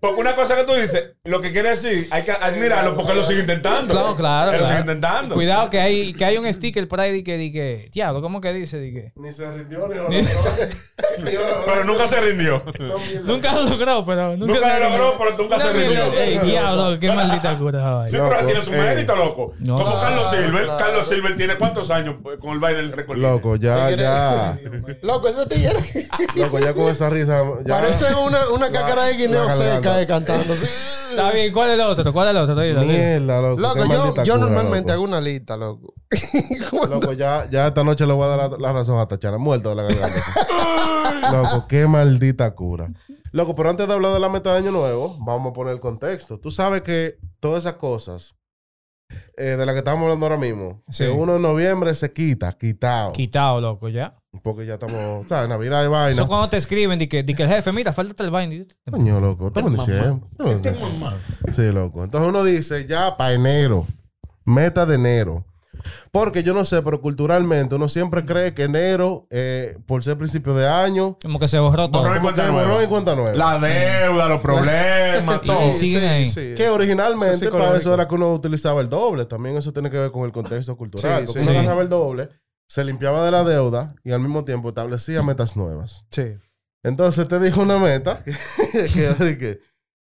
S4: porque una cosa que tú dices, lo que quiere decir, hay que admirarlo porque lo sigue intentando.
S1: Claro, claro.
S4: Él Lo sigue
S1: claro.
S4: intentando.
S1: Cuidado que hay, que hay un sticker por ahí de que, de que, diablo, ¿cómo que dice? De que,
S2: Ni se rindió ni lo logró.
S4: Pero nunca se rindió.
S1: nunca lo logró, pero nunca,
S4: Nunca lo logró, pero nunca se rindió.
S1: Ey, diablo, qué maldita cura. esa vaina.
S4: Sí, pero
S2: Loco,
S4: tiene su
S2: eh.
S4: mérito, loco.
S1: No,
S4: Como
S1: claro,
S4: Carlos Silver.
S5: claro.
S4: Carlos Silver tiene cuántos años pues, con el baile del récord.
S2: Loco, ya, ya.
S5: Loco, ese tigre.
S2: Loco, ya con esa risa. Ya.
S5: Parece una, una cácara de guineo
S2: la
S5: seca
S2: garganta.
S5: de cantando. sí.
S1: Está bien, ¿cuál es el otro? ¿Cuál es el otro? Dilo, dilo.
S2: Mierda, loco.
S5: Loco,
S2: qué
S5: yo,
S2: maldita
S5: yo
S2: cura, loco.
S5: normalmente hago una lista, loco. Cuando-
S2: Loco, ya, ya esta noche le voy a dar la, la razón a Tachana. Muerto de la garganta. sí. Loco, qué maldita cura. Loco, pero antes de hablar de la meta de año nuevo, vamos a poner el contexto. Tú sabes que todas esas cosas eh, de las que estamos hablando ahora mismo,
S1: Sí.
S2: que uno en noviembre se quita, quitado.
S1: Quitado, loco, ya.
S2: porque ya estamos, ¿sabes? Navidad y vaina.
S1: Eso cuando te escriben, de que, de que el jefe, mira, falta el vaina. Y-
S2: Coño, loco, estamos en diciembre. Sí, loco. Entonces uno dice, ya para enero, meta de enero. Porque yo no sé, pero culturalmente uno siempre cree que enero, eh, por ser principio de año,
S1: Como que se borró todo.
S4: Borró y
S2: como
S4: cuenta
S2: que
S4: nueva.
S2: borrón y cuenta nueva.
S4: La deuda, los problemas,
S1: Y
S4: todo.
S1: siguen ahí.
S2: Que
S5: Eso
S2: originalmente
S5: es
S2: para eso
S5: psicológico.
S2: era que uno utilizaba el doble. También eso tiene que ver con el contexto cultural.
S5: Sí,
S2: Porque
S5: sí.
S2: uno
S1: Sí.
S2: agarraba el doble, se limpiaba de la deuda y al mismo tiempo establecía metas nuevas.
S5: Sí.
S2: Entonces te dijo una meta que, que era de que,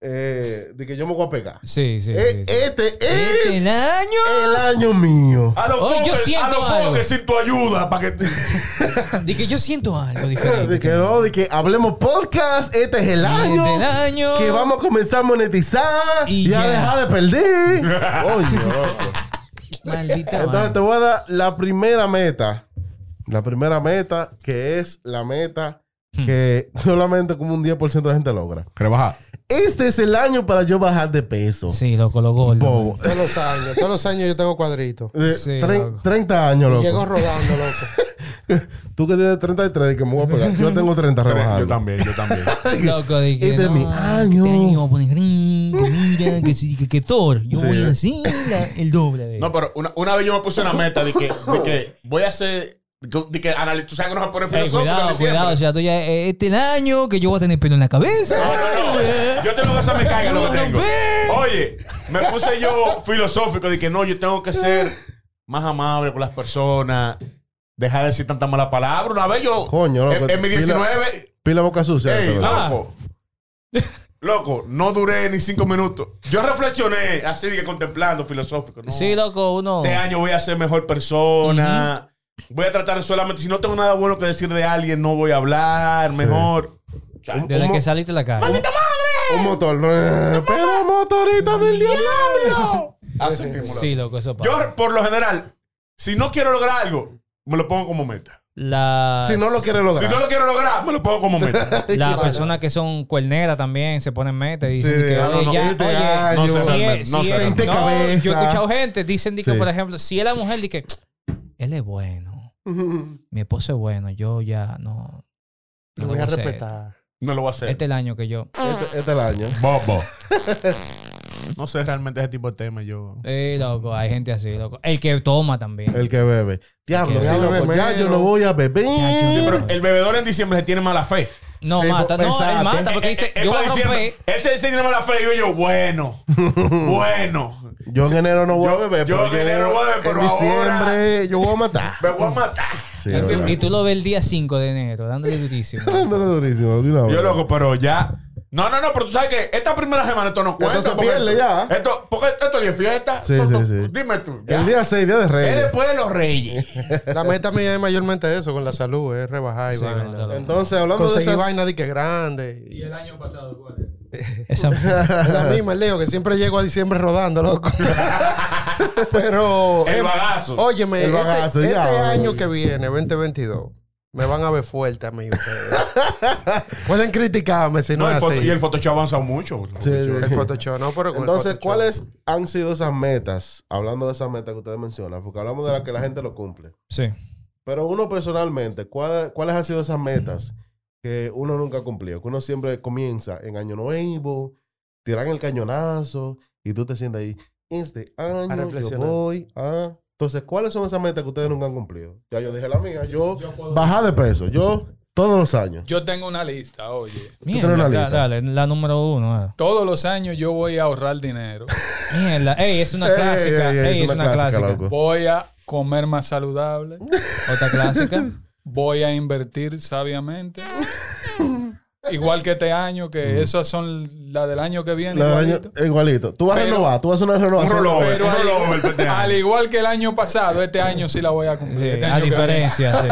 S2: eh, de que yo me voy a pegar.
S1: Sí, sí,
S2: Eh,
S1: sí, sí.
S2: Este es
S1: Este año.
S2: el año mío.
S4: A los
S1: Oye, yo
S4: foques, a
S1: siento
S4: los
S1: algo.
S4: foques sin tu ayuda para que te-
S1: De que yo siento algo
S2: De
S1: diferente.
S2: que no, de que hablemos podcast, este es el año.
S1: Este año.
S2: Que vamos a comenzar a monetizar
S1: Y
S2: y ya
S1: ya.
S2: dejar de perder. Coño, loco.
S1: Maldita
S2: Entonces
S1: vaina.
S2: te voy a dar la primera meta. La primera meta, que es la meta
S1: Hmm.
S2: que solamente como un 10% de gente logra.
S4: Rebaja.
S2: Este es el año para yo bajar de peso.
S1: Sí, loco, lo gordo.
S2: Bobo.
S5: Todos los años. Todos los años yo tengo cuadritos.
S2: De
S1: Sí,
S2: tre-
S1: loco.
S2: 30 años, loco.
S5: Llego rodando, loco.
S2: Tú que tienes 33 y que me voy a pegar. Yo tengo 30 rebajando.
S4: Yo también, yo también.
S1: Loco, de que
S2: Este es
S1: no,
S2: mi
S1: que
S2: año.
S1: Este año vamos a poner green, que mira, que, sí, que, que Thor. Yo
S2: Sí.
S1: voy a decir la- el doble de él.
S4: No, pero una, una vez yo me puse una meta de que, de que voy a hacer. De que analiz- tú sabes que nos poner
S1: Ey,
S4: filosóficos en
S1: cuidado,
S4: diciembre.
S1: cuidado. O sea, tú ya, eh, este es el año que yo voy a tener pelo en la cabeza.
S4: No, no, no. Yo tengo que hacer me caiga lo que tengo.
S1: Ven.
S4: Oye, me puse yo filosófico de que no, yo tengo que ser más amable con las personas. Dejar de decir tanta mala palabra. Una vez yo.
S2: Coño, loco,
S4: en, Eh, en mi
S2: pila-
S4: 19.
S2: Pila boca sucia.
S4: Ey,
S2: esto, ¿verdad?
S4: loco. Loco, no duré ni cinco minutos. Yo reflexioné así de que contemplando filosófico. ¿no?
S1: Sí, loco, uno.
S4: este año voy a ser mejor persona. Voy a tratar solamente, si no tengo nada bueno que decir de alguien, no voy a hablar, mejor. Chao.
S1: Desde
S2: Uno-
S1: que saliste a la calle.
S2: Un motor. eh, Pero motorita del diablo.
S4: Así mismo, loco.
S1: Sí, loco, eso pasa.
S4: Yo, por lo general, Si no quiero lograr algo, me lo pongo como meta.
S1: Las,
S2: Si no lo quiere lograr.
S4: Si no lo quiero lograr, me lo pongo como meta.
S1: las personas que son cuerneras también se ponen meta y dicen
S2: Sí,
S1: que,
S2: ah, no,
S1: oye,
S2: no,
S1: ya,
S2: viste,
S1: oye,
S2: ah,
S4: no
S1: si
S4: se
S1: es-
S4: realmente, no
S1: si
S4: se
S1: es-
S4: realmente.
S1: no,
S2: Cabeza.
S1: yo he escuchado gente, dicen, di que,
S2: Sí.
S1: por ejemplo, si es la mujer, di que él es bueno, mi esposo es bueno, yo ya no.
S5: Lo
S1: no
S5: voy a
S1: hacer.
S5: respetar.
S4: No lo voy a hacer.
S1: Este es el año que yo.
S2: Este, este es el año.
S4: Bobo. No sé realmente ese tipo de tema. Yo.
S1: Eh, loco, hay gente así, loco. El que toma también.
S2: El que bebe. Diablo,
S1: que
S2: sí,
S5: bebe
S2: loco, ya
S5: menos.
S2: yo no voy a beber.
S1: Ya yo-
S4: Sí, pero el bebedor en diciembre se tiene mala fe.
S1: no
S2: Sí,
S1: mata, no,
S2: exacto.
S1: él mata porque
S4: Eh,
S1: dice,
S4: eh, él
S1: yo
S4: va
S1: voy a
S4: diciendo-
S1: romper.
S4: Él se dice que tiene mala fe y yo, yo, bueno. bueno.
S2: Yo en enero no voy a
S4: Yo-
S2: beber.
S4: yo
S2: pero
S4: en enero voy a beber, pero
S2: En diciembre yo voy a matar.
S4: Me voy a matar.
S2: Sí,
S1: Y tú-
S2: verdad.
S1: Y tú lo ves el día 5 de enero, dándole durísimo.
S2: Dándole durísimo, de una vez.
S4: Yo loco, pero ya. No, no, no, pero tú sabes que esta primera semana esto no cuenta.
S2: se
S4: porque
S2: pierde
S4: esto-
S2: ya.
S4: Esto, porque esto es de fiesta.
S2: Sí,
S4: Esto-
S2: sí, sí.
S4: Dime tú. ya.
S2: El día 6, día de
S4: Es
S2: reyes.
S4: después de los reyes.
S5: La meta mía es mayormente eso, con la salud, es rebajar y
S1: Sí,
S5: vaina.
S1: bueno, está loco.
S2: Entonces, hablando
S5: Conseguí
S2: de esas...
S5: vaina de que grande.
S6: ¿Y el año pasado cuál es?
S1: Esa-
S5: Es la misma, el Leo, que siempre llego a diciembre rodando, loco. Pero.
S4: El
S5: eh,
S4: bagazo.
S5: Óyeme,
S2: El
S5: este-
S2: bagazo,
S5: este,
S2: ya, bro.
S5: año que viene, 2022, me van a ver fuerte a mí ustedes. Pueden criticarme si no,
S4: No, el
S5: es
S4: foto-
S5: así.
S4: y el Photoshop ha avanzado mucho.
S2: Sí,
S5: El
S2: sí.
S5: Photoshop, no, pero con el
S2: Entonces,
S5: Photoshop.
S2: ¿cuáles han sido esas metas? Hablando de esas metas que ustedes mencionan, porque hablamos de las que la gente lo cumple.
S1: Sí.
S2: Pero uno personalmente, ¿cuál- ¿cuáles han sido esas metas que uno nunca ha cumplido? Que uno siempre comienza en año nuevo, tiran el cañonazo y tú te sientas ahí, este
S5: A
S2: año yo
S5: reflexionar.
S2: voy a... Entonces, ¿cuáles son esas metas que ustedes nunca han cumplido? Ya yo dije la mía, yo, bajar de peso, yo todos los años.
S6: Yo tengo una lista, oye.
S1: Mierda,
S2: una
S1: da-
S2: lista.
S1: dale, la número uno. eh.
S6: Todos los años yo voy a ahorrar dinero.
S1: Mierda, ey, es una
S2: Ey,
S1: clásica.
S2: ey,
S1: Ey,
S2: ey,
S1: es una, clásica.
S2: loco.
S6: Voy a comer más saludable.
S1: Otra clásica.
S6: Voy a invertir sabiamente. Igual que este año,
S1: Mm.
S6: que esas son las del año que viene.
S2: La del año-
S6: igualito.
S2: igualito. Tú vas a
S6: Pero-
S2: renovar, tú vas a hacer una renovación.
S4: Un rollover.
S6: Pero al,
S4: Rollover, este año.
S6: al igual que el año pasado, este año sí la voy a
S1: Ah. Sí,
S6: cumplir. Este
S1: a
S6: año que
S1: diferencia, sí.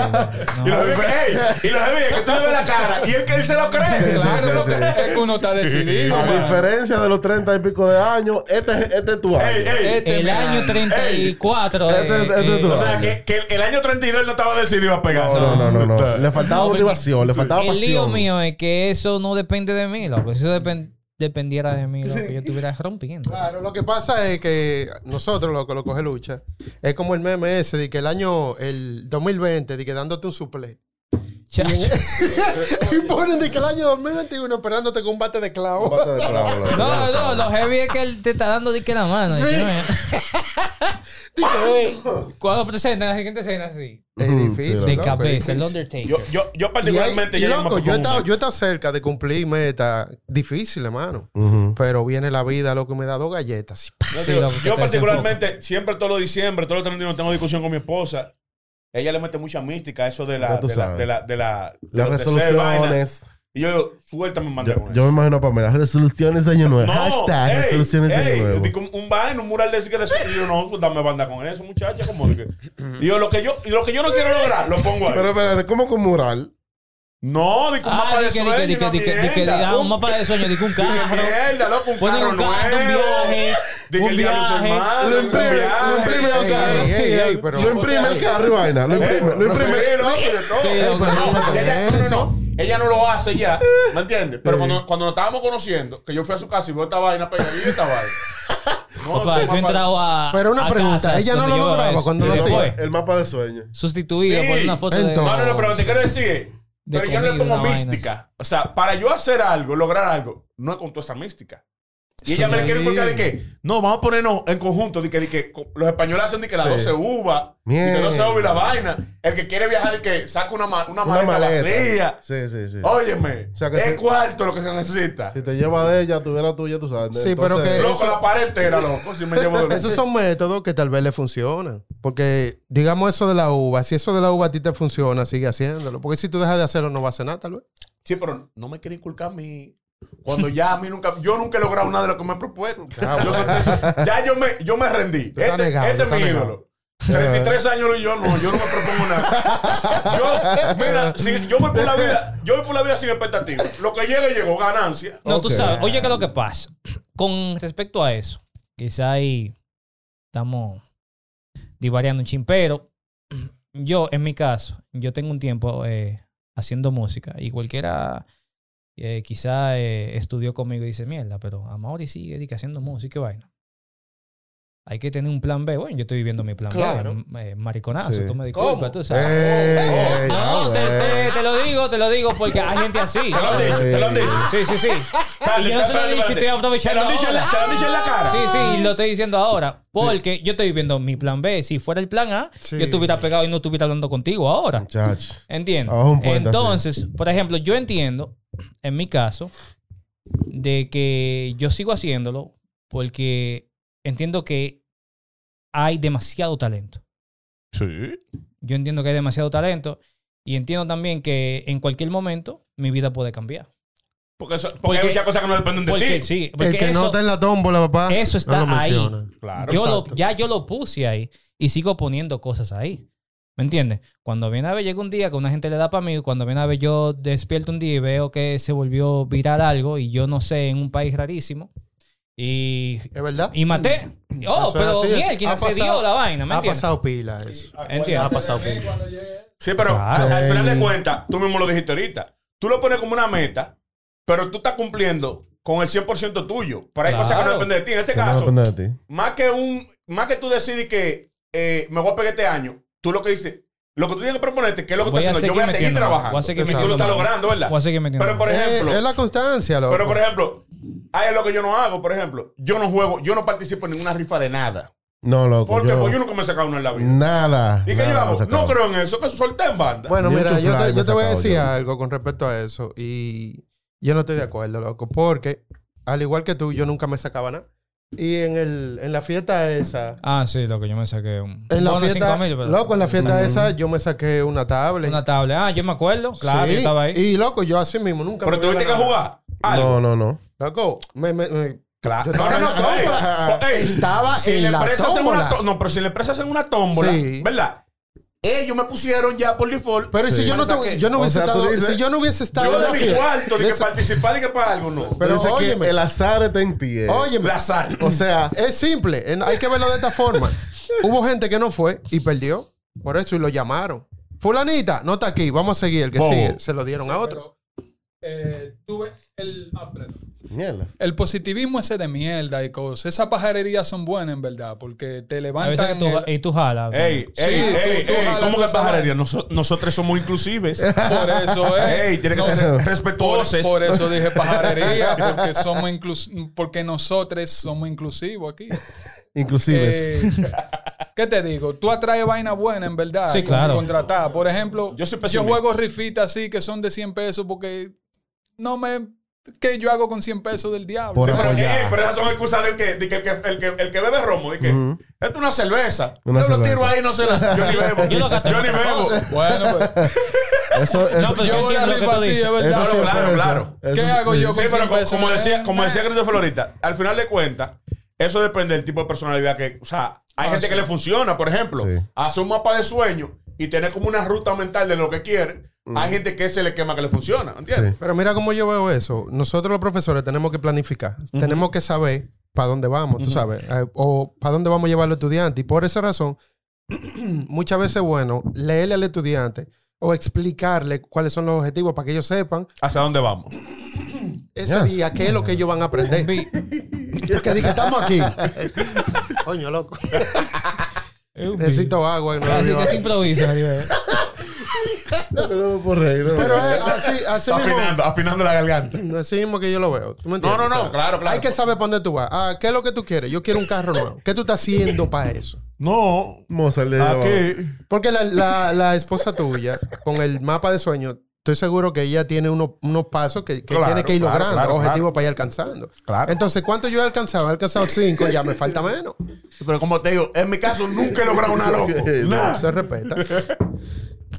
S1: No.
S4: Y los jefes, ey, y los jefes que tú le ves la cara. Y él que él se lo cree.
S6: viene.
S2: sí,
S6: Claro,
S2: sí,
S6: lo
S2: sí.
S6: que- es que uno está decidido.
S2: A
S6: man.
S2: diferencia de los 30 y pico de años, este, es- este es tu año.
S4: Ey, ey.
S6: Este
S1: El
S6: me-
S1: año 34.
S2: Ey,
S1: eh,
S2: este- este
S1: eh,
S2: tú.
S4: O sea, que, que el año 32 él no estaba decidido a pegar.
S2: No, no, no, no, no. Le faltaba
S1: No, porque-
S2: motivación, le faltaba
S1: el lío
S2: pasión.
S1: mío es que eso no depende de mí, loco. Si eso depen- dependiera de mí, loco, yo estuviera rompiendo.
S5: Claro, lo que pasa es que nosotros, lo que lo coge lucha, es como el meme ese de que el año, el 2020, de que dándote un suple.
S1: Chacho.
S5: y ponen de que el año 2021 esperándote con un bate de clavo.
S2: Basta de clavo, loco.
S1: No, no, lo heavy es que él te está dando de que la mano.
S5: Sí.
S1: Yo-
S5: Dije, "Ey,
S1: Cuando presentan la siguiente escena así.
S5: es
S2: Ujú,
S5: difícil.
S2: sí,
S1: De
S5: loco, es
S1: cabeza, el
S5: difícil".
S1: Undertaker.
S4: Yo, yo, yo
S5: Y hay-
S4: particularmente
S5: y
S4: ya
S5: loco, yo he, estado,
S4: yo,
S5: yo he estado cerca de cumplir metas difíciles, hermano.
S2: Ujú.
S5: Pero viene la vida, loco, y me da dos galletas. y pa.
S1: Sí, loco, que
S4: yo
S1: te
S4: particularmente siempre todos los diciembre, todos los 31 tengo discusión con mi esposa. Ella le mete mucha mística a eso de la
S2: Ya tú
S4: de la
S2: sabes.
S4: de la de la de
S2: Las
S4: los deseos, vaina.
S2: resoluciones.
S4: Y yo digo, suéltame me mandé
S2: Yo,
S4: con
S2: yo me
S4: eso.
S2: imagino a Pamela. Resoluciones de año nuevo.
S4: No,
S2: Hashtag
S4: ey,
S2: resoluciones de
S4: ey,
S2: año nuevo.
S4: digo, un, vaina, un mural de eso que le y yo no, pues, dame banda con eso, muchacha, como de que- Y yo lo que yo y lo que yo no quiero lograr, lo pongo ahí.
S2: Pero espérate, ¿cómo con mural?
S4: no, digo un
S1: Ah, di
S4: mapa de
S1: que, di que,
S4: sueño,
S1: di que,
S4: una
S1: di que, di que,
S4: mierda.
S1: ah, un mapa de sueño, di que un carro.
S4: Mierda, loco, un
S1: Ponen
S4: carro,
S1: un carro, un
S4: nuevo.
S1: viaje.
S4: De que
S1: un
S4: el diablo es
S1: viaje.
S4: hermano,
S2: Lo
S4: un
S2: imprime, lo
S4: viaje.
S2: imprime al
S5: Ey,
S2: carro.
S5: ey, ey, ey, pero-
S2: Lo imprime al carro y vaina. Lo
S4: Eh,
S2: imprime, lo imprime.
S4: pero, pero,
S1: Sí,
S4: Eh, pero,
S1: loco,
S4: no,
S1: no,
S4: ella-
S5: pero
S4: no, no,
S5: eso.
S4: no. Ella no lo hace ya, ¿me entiendes? Pero cuando, cuando nos estábamos conociendo, que yo fui a su casa y veo esta vaina pegadita, esta vaina. No,
S1: Papá,
S4: su
S1: yo
S4: papá-
S1: he entrado a.
S5: Pero una
S1: a
S5: pregunta,
S1: casas
S5: ¿ella no
S1: donde
S5: lo
S1: yo veo
S5: lograba
S1: eso.
S5: cuando lo
S1: Y
S5: hacía?
S4: pues.
S1: después,
S2: El mapa de sueños.
S1: Sustituida
S4: Sí.
S1: por una foto de.
S5: Entonces-
S4: No, no, no, pero te quiero decir,
S1: De
S4: pero yo no le
S1: comida,
S4: pongo
S1: una vaina
S4: mística. O sea, para yo hacer algo, lograr algo, no es con toda esa mística. Y ella me
S5: Sí.
S4: quiere inculcar de que, no, vamos a ponernos en conjunto, de que, de que co- los españoles hacen de que las
S2: Sí.
S4: 12 uvas, de que
S2: Mierda.
S4: 12 uvas y la vaina. El que quiere viajar, de que saca una, ma- una
S2: Una
S4: maleta, vacía. Oh.
S2: maleta. Sí, sí, sí.
S4: Óyeme,
S2: O sea que
S4: es
S2: si-
S4: cuarto lo que se necesita.
S2: Si te lleva de ella, tuviera tuya, tú sabes.
S5: Sí, pero
S2: Entonces-
S5: que-
S4: loco,
S5: eso-
S4: la pared entera, loco, si me llevo de
S5: Esos son métodos que tal vez le funcionan. Porque, digamos, eso de la uva, si eso de la uva a ti te funciona, sigue haciéndolo. Porque si tú dejas de hacerlo, no va a hacer nada, tal vez.
S4: Sí, pero no me quiere inculcar a mí. Cuando ya a mí nunca, yo nunca he logrado nada de lo que me he propuesto. Yo soy- ya yo me, yo me rendí.
S5: Tú estás
S4: este
S5: negado,
S4: este
S5: tú
S4: es mi
S5: estás
S4: ídolo. 33 años y yo no, yo no me propongo nada. Yo, mira, si yo voy por la vida, yo voy por la vida sin expectativas. Lo que llegue, llegó, ganancia.
S1: No, tú
S2: Ok.
S1: sabes. Oye, ¿qué es lo que pasa? Con respecto a eso, quizá ahí estamos divariando un chin, pero yo, en mi caso, yo tengo un tiempo eh, haciendo música y cualquiera eh, quizá eh, estudió conmigo y dice, mierda, pero Amaury sigue di que haciendo música, qué vaina. Hay que tener un plan B. Bueno, yo estoy viviendo mi plan
S5: Claro.
S1: B. eh, mariconazo,
S2: Sí.
S1: tú me disculpas,
S5: ¿Cómo?
S1: tú sabes.
S2: Ey,
S1: No,
S2: ya,
S1: te,
S2: güey.
S1: te- te lo digo, te lo digo, porque hay gente así.
S4: Te lo han dicho, te lo han dicho.
S1: Sí, sí, sí.
S4: Dale,
S1: Y yo no se lo he
S4: espérate,
S1: dicho,
S4: espérate.
S1: estoy aprovechando
S4: Te lo han dicho en la-
S1: ahora.
S4: te lo han dicho en la cara.
S1: Sí, sí, lo estoy diciendo ahora. Porque yo estoy viviendo mi plan B. Si fuera el plan A,
S5: Sí.
S1: yo estuviera pegado y no estuviera hablando contigo ahora.
S2: Muchacho.
S1: Entiendo.
S2: Abajo un puente,
S1: Entonces, por ejemplo, yo entiendo, en mi caso, de que yo sigo haciéndolo porque entiendo que hay demasiado talento.
S4: Sí.
S1: Yo entiendo que hay demasiado talento y entiendo también que en cualquier momento mi vida puede cambiar.
S4: Porque, eso- porque,
S1: Porque-
S4: hay muchas cosas que no dependen de
S1: Porque
S4: ti.
S1: sí,
S5: El
S1: porque
S5: que
S1: eso,
S5: no está en la tómbola, papá.
S1: eso está
S5: no lo
S1: ahí.
S5: menciona.
S4: Claro.
S1: yo lo,
S5: Exacto.
S1: ya yo lo puse ahí y sigo poniendo cosas ahí. ¿Me entiendes? Cuando viene a ver, llega un día que una gente le da para mí, cuando viene a ver, yo despierto un día y veo que se volvió viral algo y yo no sé, en un país rarísimo. Y,
S5: ¿Es verdad?
S1: y maté. Oh,
S5: Eso es
S1: pero
S5: así, es-
S1: miel, quien
S5: ha
S1: se
S5: pasado-
S1: dio la vaina, ¿me
S5: Ha
S1: entiendes?
S5: pasado pila eso.
S1: Entiendo.
S5: Ha pasado
S6: Cuando
S5: pila.
S6: llegue-
S4: Sí, pero
S1: Claro.
S4: al final de cuentas, tú mismo lo dijiste ahorita. Tú lo pones como una meta, pero tú estás cumpliendo con el 100% tuyo. Pero hay cosas que no
S1: Claro.
S4: dependen de ti. En este
S2: Que no
S4: caso,
S2: depende de ti.
S4: más que un más que tú decides que eh, me voy a pegar este año, tú lo que dices, lo que tú tienes que proponerte, que es lo que tú
S1: Voy a
S4: estás haciendo, yo voy a
S1: seguir
S4: seguir
S1: metiendo,
S4: trabajando.
S1: voy a seguir
S4: y tú lo
S1: metiendo,
S4: estás
S1: mano.
S4: logrando, ¿verdad?
S1: Voy a seguir metiendo.
S4: Pero por
S5: Eh,
S4: ejemplo,
S5: es la constancia, loco.
S4: pero por ejemplo, hay algo que yo no hago, por ejemplo, yo no juego, yo no participo en ninguna rifa de nada.
S2: No, loco.
S4: Porque
S2: yo-
S4: pues yo nunca me he sacado uno en la vida.
S2: Nada.
S4: ¿Y qué
S2: nada,
S4: yo hago?
S2: se
S4: No
S2: acabó.
S4: creo en eso, que solté en banda.
S5: Bueno,
S2: Ni
S5: mira,
S2: tu
S5: yo
S2: fly
S5: te,
S2: me
S5: yo te voy a
S2: sacaba
S5: decir
S2: yo.
S5: algo con respecto a eso. Y yo no estoy de acuerdo, loco. Porque, al igual que tú, yo nunca me sacaba nada. Y en, el, en la fiesta esa.
S1: Ah, sí, lo que yo me saqué. Un,
S5: En la
S1: bono de
S5: fiesta,
S1: 5.000, pero-
S5: loco, en la fiesta esa yo me saqué una tablet.
S1: Una tabla. Ah, yo me acuerdo. Claro,
S5: Sí,
S1: yo estaba ahí.
S5: Y loco, yo así mismo nunca me
S4: pero
S5: había
S4: tuviste que
S5: ganado.
S4: jugar.
S2: No,
S4: algo.
S2: no, no.
S5: Loco, me, me- me- Yo
S4: Claro.
S5: estaba en la tómbola. Estaba en la
S4: hace
S5: tómbola.
S4: una tó- no, pero si la empresa hace una tómbola,
S5: Sí.
S4: ¿verdad? Ellos me pusieron ya por default.
S5: Pero si yo no,
S4: Me
S5: tu-
S4: saqué.
S5: yo no
S2: O
S5: hubiese
S2: sea, tú
S5: estado,
S2: dices-
S5: si yo no hubiese estado
S4: Yo
S5: en
S4: de
S5: la
S4: mi
S5: fiesta,
S4: cuarto, de
S5: de
S4: que
S5: esa-
S4: participar y que para algo, no.
S5: Pero
S2: Entonces, que
S5: óyeme.
S2: el azar está en ti. eh.
S5: óyeme,
S4: La sal.
S2: O sea,
S5: es simple, en- hay que verlo de esta forma. Hubo gente que no fue y perdió, por eso y lo llamaron. Fulanita, no está aquí, vamos a seguir el que
S4: Bobo.
S5: sigue, se lo dieron a otro.
S6: Pero, eh, tuve el. ah, perdón.
S2: mierda.
S6: El positivismo ese de mierda y cosas. Esas pajarerías son buenas, en verdad, porque
S1: A veces
S6: te
S1: que
S6: levantan.
S1: tú,
S6: el-
S1: y tú jalas.
S4: Ey, ey,
S6: Sí, tú-
S4: ey,
S6: tú
S4: ey,
S6: jalas
S4: ¿cómo que
S6: cosas
S4: pajarería? Noso- nosotros somos inclusives.
S6: por eso es.
S4: ey, tiene que
S6: No,
S4: ser
S6: por,
S4: respetuosos.
S6: por eso dije pajarería, porque somos inclus- porque nosotros somos inclusivos aquí.
S2: Inclusive.
S6: Eh, ¿Qué te digo? Tú atraes vaina buena, en verdad.
S1: Sí, claro.
S6: Contratada. Por ejemplo,
S4: Yo soy
S6: yo
S4: pesimista.
S6: juego rifitas así que son de 100 pesos porque no me. ¿Qué yo hago con 100 pesos del diablo?
S2: Por
S4: Sí, pero,
S2: apoyar.
S4: ey, pero esas son excusas del que, de que, el, que, el, que, el que bebe romo. De que, Esto es una cerveza.
S2: Una
S4: yo lo tiro
S2: cerveza.
S4: ahí no se la. Yo ni bebo.
S1: Yo lo gasto en
S4: yo ni
S1: otra
S4: bebo.
S1: cosa.
S6: Bueno, pues,
S2: Eso, eso,
S1: No, pero
S6: yo
S1: yo
S6: voy a
S1: entiendo lo que
S6: rifa
S1: tú
S6: así, es
S1: dices.
S6: verdad.
S2: eso
S4: claro,
S2: sí
S4: claro,
S2: ofensa.
S4: claro.
S2: Eso
S6: ¿Qué
S2: sí-
S6: hago yo
S4: Sí,
S6: con
S4: pero
S6: 100
S4: co-
S6: pesos?
S4: como
S6: no es
S4: decía, como
S6: nada.
S4: decía Christopher ahorita, al final de cuentas, eso depende del tipo de personalidad que. O sea, hay
S6: Ah,
S4: gente
S6: sí.
S4: que le funciona, por ejemplo,
S2: Sí.
S4: hacer un mapa de sueño y tener como una ruta mental de lo que quiere. Hay gente que ese le quema que le funciona, ¿entiendes?
S2: Sí.
S5: Pero mira cómo yo veo eso. Nosotros los profesores tenemos que planificar. Tenemos que saber para dónde vamos, tú sabes. eh, o para dónde vamos a llevar al estudiante. Y por esa razón, muchas veces es bueno leerle al estudiante o explicarle cuáles son los objetivos para que ellos sepan
S4: ¿Hacia dónde vamos?
S5: ese
S2: Yes.
S5: día qué es lo que ellos van a aprender. Porque dije, estamos aquí. Coño, loco. Necesito agua. no
S1: Así
S5: bebió
S1: que se
S5: agua.
S1: improvisa.
S2: Pero no, por reír, no.
S5: Pero es así, así mismo.
S4: Afinando, afinando la garganta.
S5: Así mismo que yo lo veo. ¿Tú me entiendes?
S4: No, no, no, claro, claro.
S5: Hay que saber para dónde tú vas. Ah, ¿Qué es lo que tú quieres? Yo quiero un carro nuevo. ¿Qué tú estás haciendo para eso?
S4: No.
S2: Mozart le
S4: ¿A
S2: llevaba-
S4: qué?
S5: Porque la, la- la esposa tuya, con el mapa de sueños, estoy seguro que ella tiene uno- unos pasos que, que
S4: Claro,
S5: tiene que ir
S4: claro,
S5: logrando,
S4: claro,
S5: objetivos
S4: claro.
S5: para ir alcanzando.
S4: Claro.
S5: Entonces, ¿cuánto yo he alcanzado? He alcanzado cinco, ya me falta menos.
S4: Pero como te digo, en mi caso nunca he logrado una loco. Nah.
S5: Se respeta.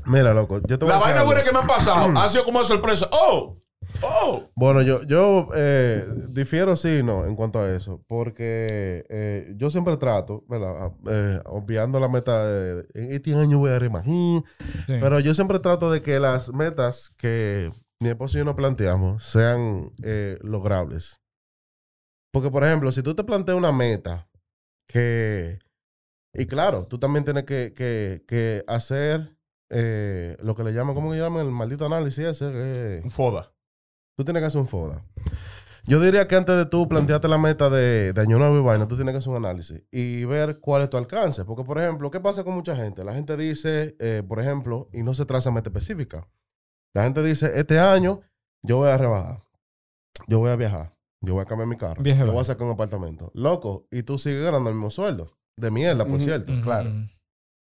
S2: Mira, loco. Yo te voy
S4: La
S2: a decir
S4: vaina
S2: algo.
S4: buena que me han
S2: Mm.
S4: pasado ha sido como de sorpresa. ¡Oh! ¡Oh!
S2: Bueno, yo, yo eh, difiero sí y no en cuanto a eso, porque eh, yo siempre trato, ¿verdad? Eh, obviando la meta de en este año voy a reimaginar, pero yo siempre trato de que las metas que mi esposo y yo nos planteamos sean eh, logrables. Porque, por ejemplo, si tú te planteas una meta que Y claro, tú también tienes que, que- que hacer eh, lo que le llaman, ¿cómo que llaman el maldito análisis ese? Que-
S4: Un foda.
S2: tú tienes que hacer un FODA. Yo diría que antes de tú plantearte la meta de, de año nuevo y vaina, tú tienes que hacer un análisis y ver cuál es tu alcance. Porque, por ejemplo, ¿qué pasa con mucha gente? La gente dice, eh, por ejemplo, y no se traza meta específica. La gente dice, este año yo voy a rebajar, yo voy a viajar, yo voy a cambiar mi carro,
S1: Viaje,
S2: yo voy
S1: vale.
S2: a sacar un apartamento. Loco, y tú sigues ganando el mismo sueldo. De mierda, por
S4: Ujú.
S2: cierto.
S4: Claro.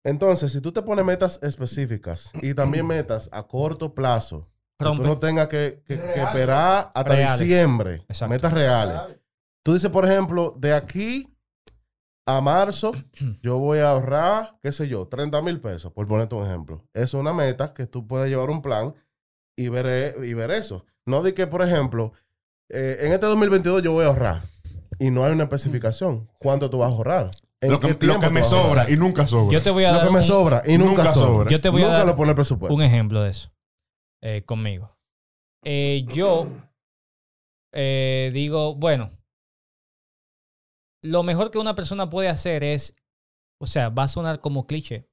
S2: Entonces, si tú te pones metas específicas y también metas a corto plazo, que tú
S1: Rompe.
S2: no tengas que, que- que
S7: Reales.
S2: esperar hasta
S1: Reales.
S2: diciembre.
S1: Exacto.
S2: Metas reales. Tú dices, por ejemplo, de aquí a marzo, yo voy a ahorrar, qué sé yo, 30 mil pesos, por ponerte un ejemplo. Es una meta que tú puedes llevar un plan y ver, eh, y ver eso. No de que, por ejemplo, eh, en este 2022 yo voy a ahorrar y no hay una especificación. ¿Cuánto tú vas a ahorrar? ¿En
S4: Lo que,
S2: qué
S4: lo
S2: tiempo
S4: que
S2: tú
S4: me
S2: vas a ahorrar?
S4: sobra y nunca sobra.
S1: Yo te voy a
S2: Lo
S1: dar
S2: que me
S1: un-
S2: sobra y nunca,
S4: Nunca
S2: sobra.
S4: sobra.
S1: Yo te voy a
S2: nunca
S1: dar
S2: lo pone el presupuesto.
S1: un ejemplo de eso eh, conmigo. Eh, yo eh, digo, bueno, lo mejor que una persona puede hacer es, o sea, va a sonar como cliché,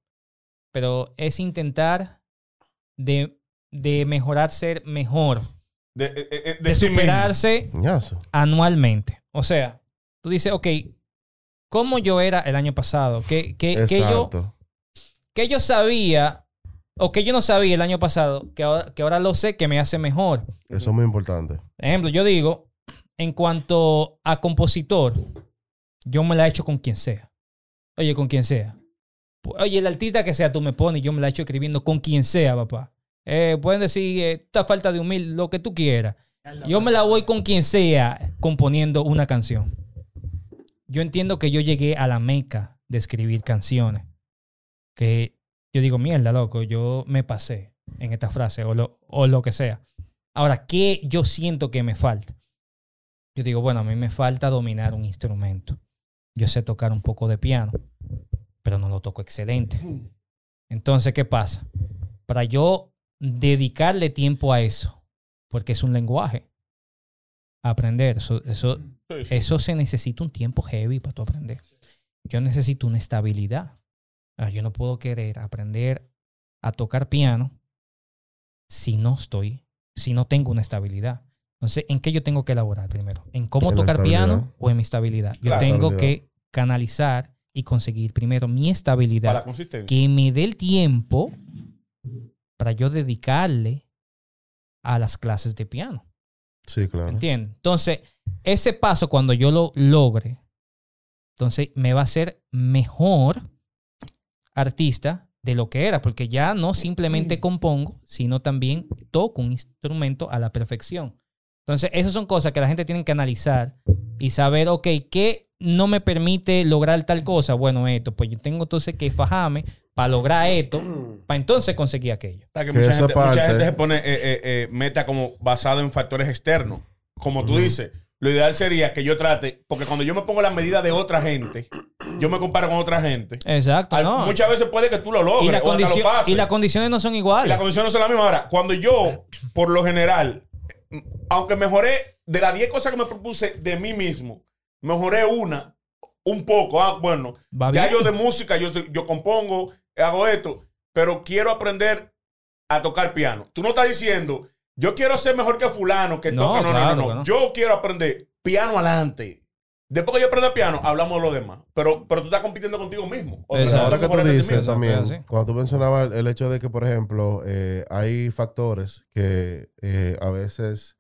S1: pero es intentar de, de mejorar, ser mejor,
S4: de, eh, eh, de
S1: de
S4: sí mismo.
S1: superarse
S2: Coñazo.
S1: anualmente. O sea, tú dices, ok, ¿cómo yo era el año pasado? ¿Qué, qué, qué Eh, yo,
S2: Exacto.
S1: que yo sabía o que yo no sabía el año pasado, que ahora, que ahora lo sé, que me hace mejor.
S2: Eso es muy importante.
S1: Ejemplo, yo digo, en cuanto a compositor, yo me la he hecho con quien sea. Oye, con quien sea. Pu- Oye, el artista que sea tú me pones, yo me la he hecho escribiendo con quien sea, papá. Eh, pueden decir, eh, esta falta de humil, lo que tú quieras. Yo me la voy con quien sea componiendo una canción. Yo entiendo que yo llegué a la meca de escribir canciones. Que yo digo, mierda, loco, yo me pasé en esta frase o lo, o lo que sea. Ahora, ¿qué yo siento que me falta? Yo digo, bueno, a mí me falta dominar un instrumento. Yo sé tocar un poco de piano, pero no lo toco excelente. Entonces, ¿qué pasa? Para yo dedicarle tiempo a eso, porque es un lenguaje, aprender, eso, eso,
S4: Sí, sí.
S1: eso se necesita un tiempo heavy para tú aprender. Yo necesito una estabilidad. Ah, Yo no puedo querer aprender a tocar piano si no estoy, si no tengo una estabilidad. Entonces, ¿en qué yo tengo que elaborar primero? ¿En cómo
S2: En la
S1: tocar piano
S2: estabilidad.
S1: o en mi estabilidad? Yo
S4: Claro.
S1: tengo
S2: Estabilidad.
S1: que canalizar y conseguir primero mi
S4: Para la
S1: estabilidad,
S4: consistencia.
S1: que me dé el tiempo para yo dedicarle a las clases de piano.
S2: Sí, claro.
S1: ¿Entiendes? Entonces, ese paso cuando yo lo logre, entonces me va a ser mejor artista de lo que era, porque ya no simplemente compongo, sino también toco un instrumento a la perfección. Entonces, esas son cosas que la gente tiene que analizar y saber, ok, ¿qué no me permite lograr tal cosa? Bueno, esto, pues yo tengo entonces que fajarme para lograr esto, para entonces conseguir aquello.
S4: O sea, que
S2: Que
S4: mucha,
S2: esa
S4: gente, mucha
S2: parte-
S4: gente se pone eh, eh, eh, meta como basado en factores externos. Como tú dices, lo ideal sería que yo trate, porque cuando yo me pongo la medida de otra gente, yo me comparo con otra gente.
S1: Exacto,
S4: Al-
S1: ¿no?
S4: Muchas veces puede que tú lo logres
S1: Y, la
S4: o hasta lo
S1: condición-
S4: pases.
S1: y las condiciones no son iguales.
S4: La condición no es la misma. Ahora, cuando yo, por lo general, aunque mejoré de las 10 cosas que me propuse de mí mismo, mejoré una, un poco. Ah, bueno,
S1: Va
S4: ya
S1: bien.
S4: yo de música, yo, soy- yo compongo, hago esto, pero quiero aprender a tocar piano. Tú no estás diciendo, yo quiero ser mejor que fulano que
S1: No,
S4: toca. No,
S1: claro
S4: no,
S1: que
S4: no, no,
S1: no.
S4: Yo quiero aprender piano adelante. Después que yo aprenda piano, hablamos de lo demás. Pero, pero tú estás compitiendo contigo mismo. O
S1: Exacto.
S4: sea,
S2: Ahora
S4: tú
S2: que tú
S4: compararte a ti
S2: dices
S4: mismo.
S2: también,
S1: pero sí.
S2: cuando tú mencionabas el, el hecho de que, por ejemplo, eh, hay factores que eh, a veces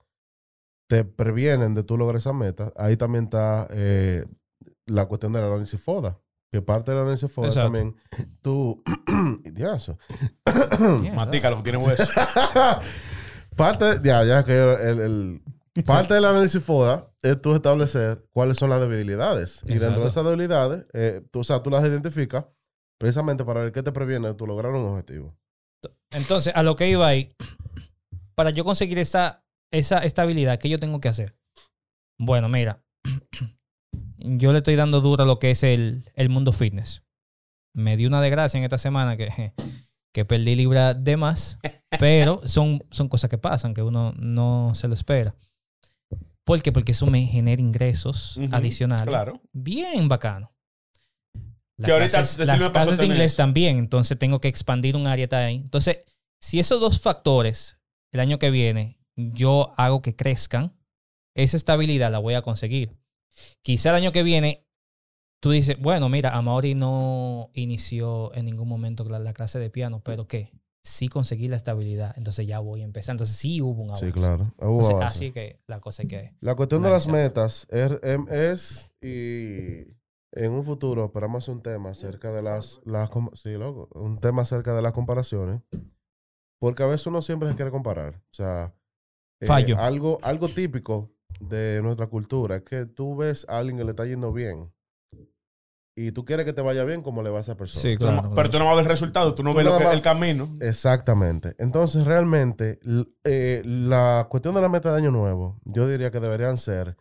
S2: te previenen de tú lograr esa meta, ahí también está eh, la cuestión del análisis FODA. Que parte del análisis FODA
S1: Exacto.
S2: también, tú... ya, eso.
S1: Mierda.
S4: Matica lo que tiene hueso.
S2: parte, ya, ya que el, el- parte del análisis FODA es tú establecer cuáles son las debilidades. Y dentro
S1: Exacto.
S2: de esas debilidades, eh, tú, o sea, tú las identificas precisamente para ver qué te previene de tú lograr un objetivo.
S1: Entonces, a lo que iba ahí, para yo conseguir esa, esa estabilidad, ¿qué yo tengo que hacer? Bueno, mira, yo le estoy dando duro a lo que es el, el mundo fitness. Me di una desgracia en esta semana que, que perdí libra de más, pero son, son cosas que pasan, que uno no se lo espera. ¿Por qué? Porque eso me genera ingresos
S4: Ujú,
S1: adicionales.
S4: Claro.
S1: Bien bacano. las
S4: Que ahorita
S1: clases,
S4: Cecilia
S1: las
S4: me pasó
S1: clases de
S4: también
S1: inglés
S4: eso.
S1: también, entonces tengo que expandir un área ahí. Entonces, si esos dos factores el año que viene yo hago que crezcan, esa estabilidad la voy a conseguir. Quizá el año que viene tú dices, bueno, mira, Amaury no inició en ningún momento la, la clase de piano, pero ¿qué? Sí conseguí la estabilidad, entonces ya voy a empezar. Entonces sí hubo un avance.
S2: Sí, claro. Hubo
S1: Entonces,
S2: avance.
S1: así que la cosa es que...
S2: La cuestión de las
S1: Analizar.
S2: metas, RMS y en un futuro esperamos un tema acerca de las, las com- sí, loco, un tema acerca de las comparaciones, porque a veces uno siempre se quiere comparar, o sea, eh,
S1: Fallo.
S2: algo algo típico de nuestra cultura es que tú ves a alguien que le está yendo bien y tú quieres que te vaya bien como le va a esa persona.
S1: Sí,
S4: Tú no-
S1: claro.
S4: pero tú no vas a ver el resultado, tú no
S2: Tú
S4: ves lo
S2: nada
S4: que-
S2: más-
S4: el camino.
S2: Exactamente. Entonces, realmente, l- eh, la cuestión de la meta de año nuevo, yo diría que deberían ser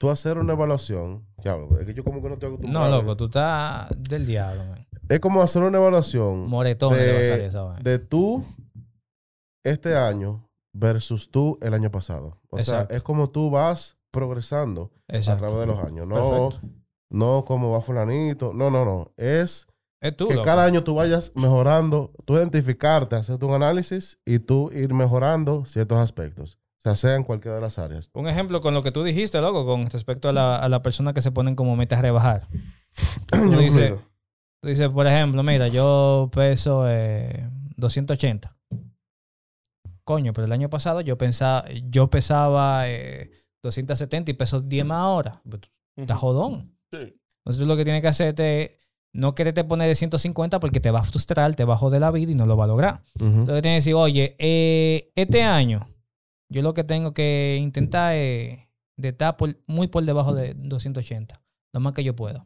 S2: tú hacer una evaluación. Ya, es que yo como que no estoy
S1: No,
S2: acostumbrado.
S1: loco, tú estás del diablo, man.
S2: Es como hacer una evaluación
S1: Moretón le va a
S2: Mm. de-
S1: salir esa vaina.
S2: de tú este año versus tú el año pasado. O
S1: Exacto.
S2: sea, es como tú vas progresando a
S1: Exacto.
S2: través de los años. No,
S1: Perfecto.
S2: no como va fulanito. No, no, no. Es
S1: Es tú,
S2: que
S1: loco.
S2: cada año tú vayas mejorando, tú identificarte, hacer tu análisis y tú ir mejorando ciertos aspectos, o sea, sea en cualquiera de las áreas.
S1: Un ejemplo con lo que tú dijiste, loco, con respecto a la, a la persona que se ponen como metas rebajar. Tú dices,
S2: incluido.
S1: tú dices, por ejemplo, mira, yo peso eh, 280. Coño, pero el año pasado yo, pensaba, yo pesaba eh, 270 y peso 10 más ahora. Pues tú Estás jodón.
S4: Sí.
S1: Entonces tú lo que tienes que hacer es no quererte poner de 150 porque te va a frustrar, te va a joder la vida y no lo va a lograr.
S2: Ujú.
S1: Entonces tienes que decir, oye, eh, este año yo lo que tengo que intentar es de estar por- muy por debajo de 280, lo más que yo pueda.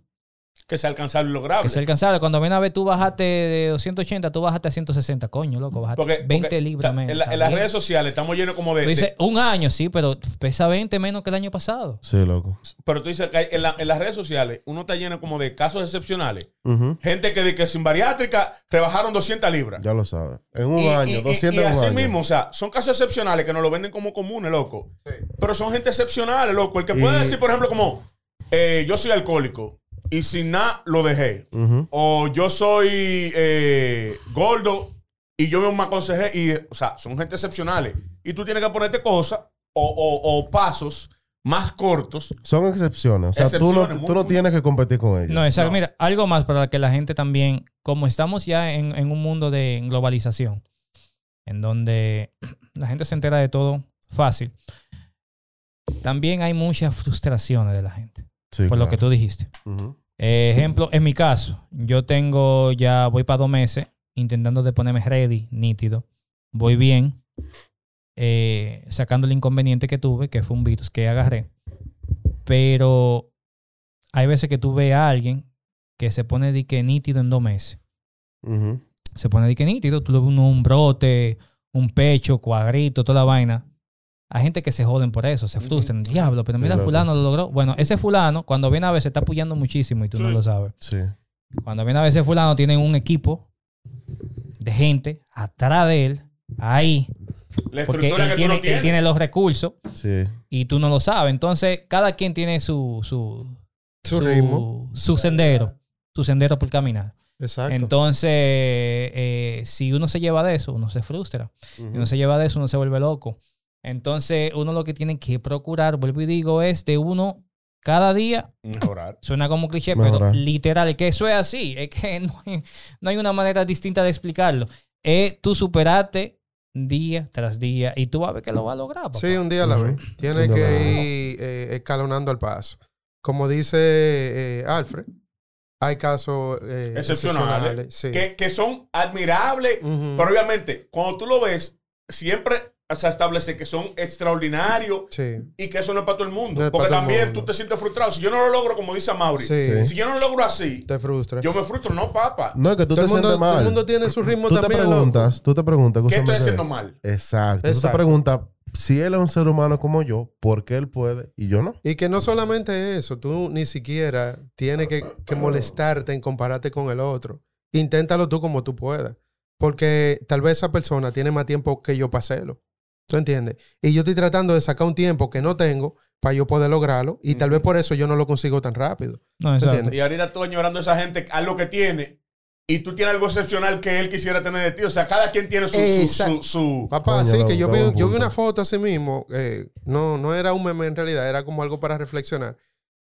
S4: Que sea alcanzable y lograble.
S1: Que sea alcanzable. Cuando viene a ver, tú bajaste de 280, tú bajaste a 160, coño, loco, bajaste
S4: Porque-
S1: 20
S4: porque
S1: libras
S4: ta-
S1: menos.
S4: En, la-
S1: está
S4: en las
S1: bien.
S4: redes sociales estamos llenos como de.
S1: Tú
S4: de-
S1: dices, un año, sí, pero pesa 20 menos que el año pasado.
S2: Sí, loco.
S4: pero tú dices que hay- en, la- en las redes sociales uno está lleno como de casos excepcionales.
S2: Ujú.
S4: Gente que, de que sin bariátrica rebajaron 200 libras.
S2: Ya lo sabes. En un
S4: Y-
S2: año,
S4: y- y-
S2: 200
S4: y
S2: en un
S4: así
S2: año.
S4: mismo, o sea, son casos excepcionales que nos lo venden como comunes, loco. Pero son gente excepcional, loco. El que puede
S2: Y-
S4: decir, por ejemplo, como eh, yo soy alcohólico y sin nada lo dejé.
S2: Ujú.
S4: O yo soy eh, gordo y yo me aconsejé. Y, o sea, son gente excepcionales. Y tú tienes que ponerte cosas o, o- o pasos más cortos.
S2: Son excepciones. O sea, tú no,
S4: Excepciones, muy-
S2: tú no
S4: muy-
S2: tienes que competir con ellos.
S1: No, exacto.
S4: No.
S1: Mira, algo más para que la gente también, como estamos ya en, en un mundo de globalización, en donde la gente se entera de todo fácil, también hay muchas frustraciones de la gente,
S2: Sí,
S1: por lo que
S2: claro.
S1: tú dijiste.
S2: Ujú.
S1: Eh, ejemplo, en mi caso, yo tengo ya, voy para dos meses intentando de ponerme ready, nítido. Voy bien, eh, sacando el inconveniente que tuve, que fue un virus que agarré. Pero hay veces que tú ves a alguien que se pone de que nítido en dos meses.
S2: Ujú.
S1: Se pone de que nítido, tú le ves un, un brote, un pecho, cuadrito, toda la vaina. Hay gente que se joden por eso, se frustran. Diablo, pero mira,
S2: Claro.
S1: fulano lo logró. Bueno, ese fulano, cuando viene a ver, se está apoyando muchísimo y tú no
S4: Sí.
S1: lo sabes.
S2: Sí.
S1: Cuando viene a veces fulano, tienen un equipo de gente atrás de él, ahí,
S4: La
S1: porque
S4: estructura
S1: él
S4: que
S1: tiene,
S4: tú no tienes.
S1: él tiene los recursos
S2: Sí.
S1: y tú no lo sabes. Entonces, cada quien tiene su, su,
S5: Su ritmo.
S1: su sendero, su sendero por caminar.
S5: Exacto.
S1: Entonces, eh, si uno se lleva de eso, uno se frustra.
S2: Ujú.
S1: Si uno se lleva de eso, uno se vuelve loco. Entonces, uno lo que tiene que procurar, vuelvo y digo, es de uno cada día
S4: Mejorar.
S1: Suena como cliché, pero
S2: Mejorar.
S1: literal, que eso es así. Es que no hay, no hay una manera distinta de explicarlo. Es tú superarte día tras día y tú vas a ver que lo vas a lograr. papá.
S5: Sí, un día a la
S2: Ujú.
S5: vez. Tiene
S2: Un día a la
S5: que
S2: vez.
S5: ir eh, escalonando al paso. Como dice eh, Alfred, hay casos eh,
S4: Excepcionales.
S5: excepcionales. Sí.
S4: Que, que son admirables.
S5: Ujú.
S4: Pero obviamente, cuando tú lo ves, siempre se establece que son extraordinarios
S5: Sí.
S4: y que eso no es para todo el mundo.
S5: No es para
S4: Porque
S5: todo el
S4: también
S5: mundo.
S4: tú te sientes frustrado. Si yo no lo logro, como dice Mauri,
S5: Sí.
S4: si yo no lo logro así,
S5: Te frustra.
S4: yo me frustro. No, papá.
S2: No, es que tú
S5: todo,
S2: te
S5: el mundo,
S2: sientes mal.
S5: todo el mundo tiene su ritmo
S2: tú te
S5: también.
S2: preguntas, tú te preguntas.
S4: ¿Qué estoy
S2: justamente
S4: haciendo
S2: eso.
S4: mal?
S2: Exacto. Tú te
S5: Exacto.
S2: preguntas, si él es un ser humano como yo, ¿por qué él puede y yo no?
S5: Y que no solamente eso, tú ni siquiera tienes que, que molestarte en compararte con el otro. Inténtalo tú como tú puedas. Porque tal vez esa persona tiene más tiempo que yo para hacerlo. ¿Tú entiendes? Y yo estoy tratando de sacar un tiempo que no tengo para yo poder lograrlo. Y tal vez por eso yo no lo consigo tan rápido.
S1: No,
S5: ¿Tú
S1: exacto.
S5: entiendes?
S4: Y ahorita tú añorando a esa gente a lo que tiene. Y tú tienes algo excepcional que él quisiera tener de ti. O sea, cada quien tiene su. su,
S5: Exacto.
S4: su, su-
S5: Papá,
S2: Coño,
S5: sí,
S2: lo-
S5: que yo
S2: lo
S5: vi,
S2: buen
S5: yo vi
S2: punto.
S5: una foto así mismo, eh, no, no era un meme en realidad, era como algo para reflexionar,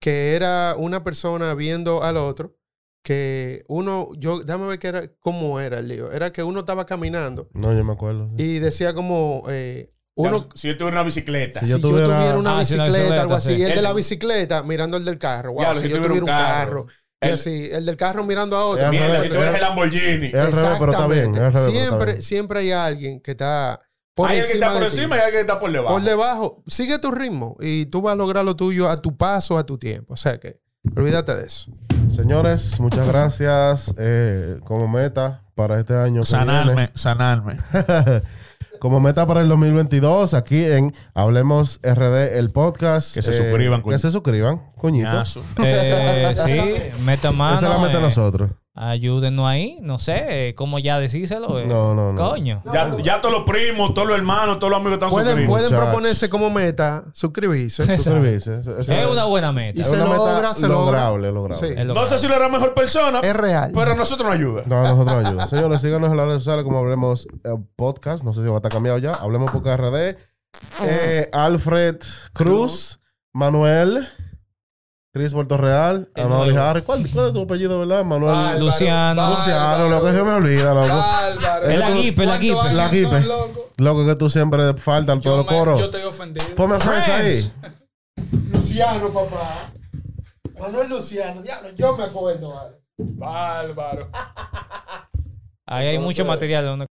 S5: que era una persona viendo al otro, que uno, yo, déjame ver que era, cómo era el lío, era que uno estaba caminando
S2: No, yo me acuerdo. sí.
S5: y decía como, eh, uno,
S4: si yo tuviera una bicicleta.
S2: Sí,
S5: si yo tuviera,
S2: tuviera-
S5: una
S1: Ah, sí, una
S5: bicicleta, algo
S1: bicicleta,
S5: así,
S1: sí.
S5: y el de
S4: El-
S5: la bicicleta mirando el del carro, wow,
S4: Diablo,
S5: si yo tuviera un carro, y
S4: El-
S5: así, el del carro mirando a otro,
S2: Era-
S4: Mierda, si tú eres el Lamborghini.
S2: Es al revés, pero está bien. es al revés, pero está
S5: siempre,
S2: bien.
S5: siempre hay alguien que está por
S4: Hay alguien que
S5: encima
S4: está por
S5: de ti.
S4: encima y hay alguien que está por debajo.
S5: Por debajo, sigue tu ritmo y tú vas a lograr lo tuyo a tu paso, a tu tiempo. O sea que, olvídate de eso.
S2: Señores, muchas gracias eh, como meta para este año. que viene.
S4: sanarme.
S2: como meta para el 2022, aquí en Hablemos RD, el podcast. eh,
S4: Que se suscriban,
S2: Que
S4: coño.
S2: se suscriban, coñito.
S4: Ñazo.
S1: Eh, sí, meta mano.
S2: Esa es la meta de
S1: eh,
S2: nosotros.
S1: Ayúdenos ahí. No sé, eh, cómo ya decírselo. eh.
S2: No, no, no.
S1: Coño.
S4: Ya, ya todos los primos, todos los hermanos, todos los amigos están
S5: Pueden,
S4: suscritos.
S5: pueden
S2: muchachos.
S5: proponerse como meta suscribirse.
S2: Suscribirse. Eso- eso
S1: Es una buena
S5: Y
S1: meta.
S2: es
S5: se
S2: una meta
S5: logra, se logra.
S2: lograble, lograble.
S5: Sí.
S1: Es lo
S4: No sé si lo era mejor persona,
S5: Es real.
S4: pero a nosotros nos ayuda.
S2: No, a nosotros ayuda. Señores, síganos en las redes sociales como hablemos eh, podcast. No sé si va a estar cambiado ya. Hablemos podcast RD. Eh, Alfred Cruz, Manuel, Cris Puerto Real,
S1: El
S2: Amaury
S1: nuevo.
S2: Harris. ¿Cuál, cuál es tu apellido, verdad? Manuel.
S1: Ah, Luciano.
S2: Luciano, loco, se me olvida,
S6: Ah.
S2: loco.
S6: Álvaro.
S2: El
S1: aguipe, el aguipe.
S6: ¿Cuántos
S2: La
S6: años son,
S2: aguipe.
S6: loco?
S2: Loco, que tú siempre faltas en todos
S6: Yo,
S2: los
S6: me- yo
S2: coros.
S6: estoy ofendido.
S2: Ponme Friends ahí.
S1: Friends.
S5: Luciano, papá. Manuel Luciano, diablo, yo me acuerdo, vale.
S6: Bárbaro.
S1: Ahí hay mucho material. donde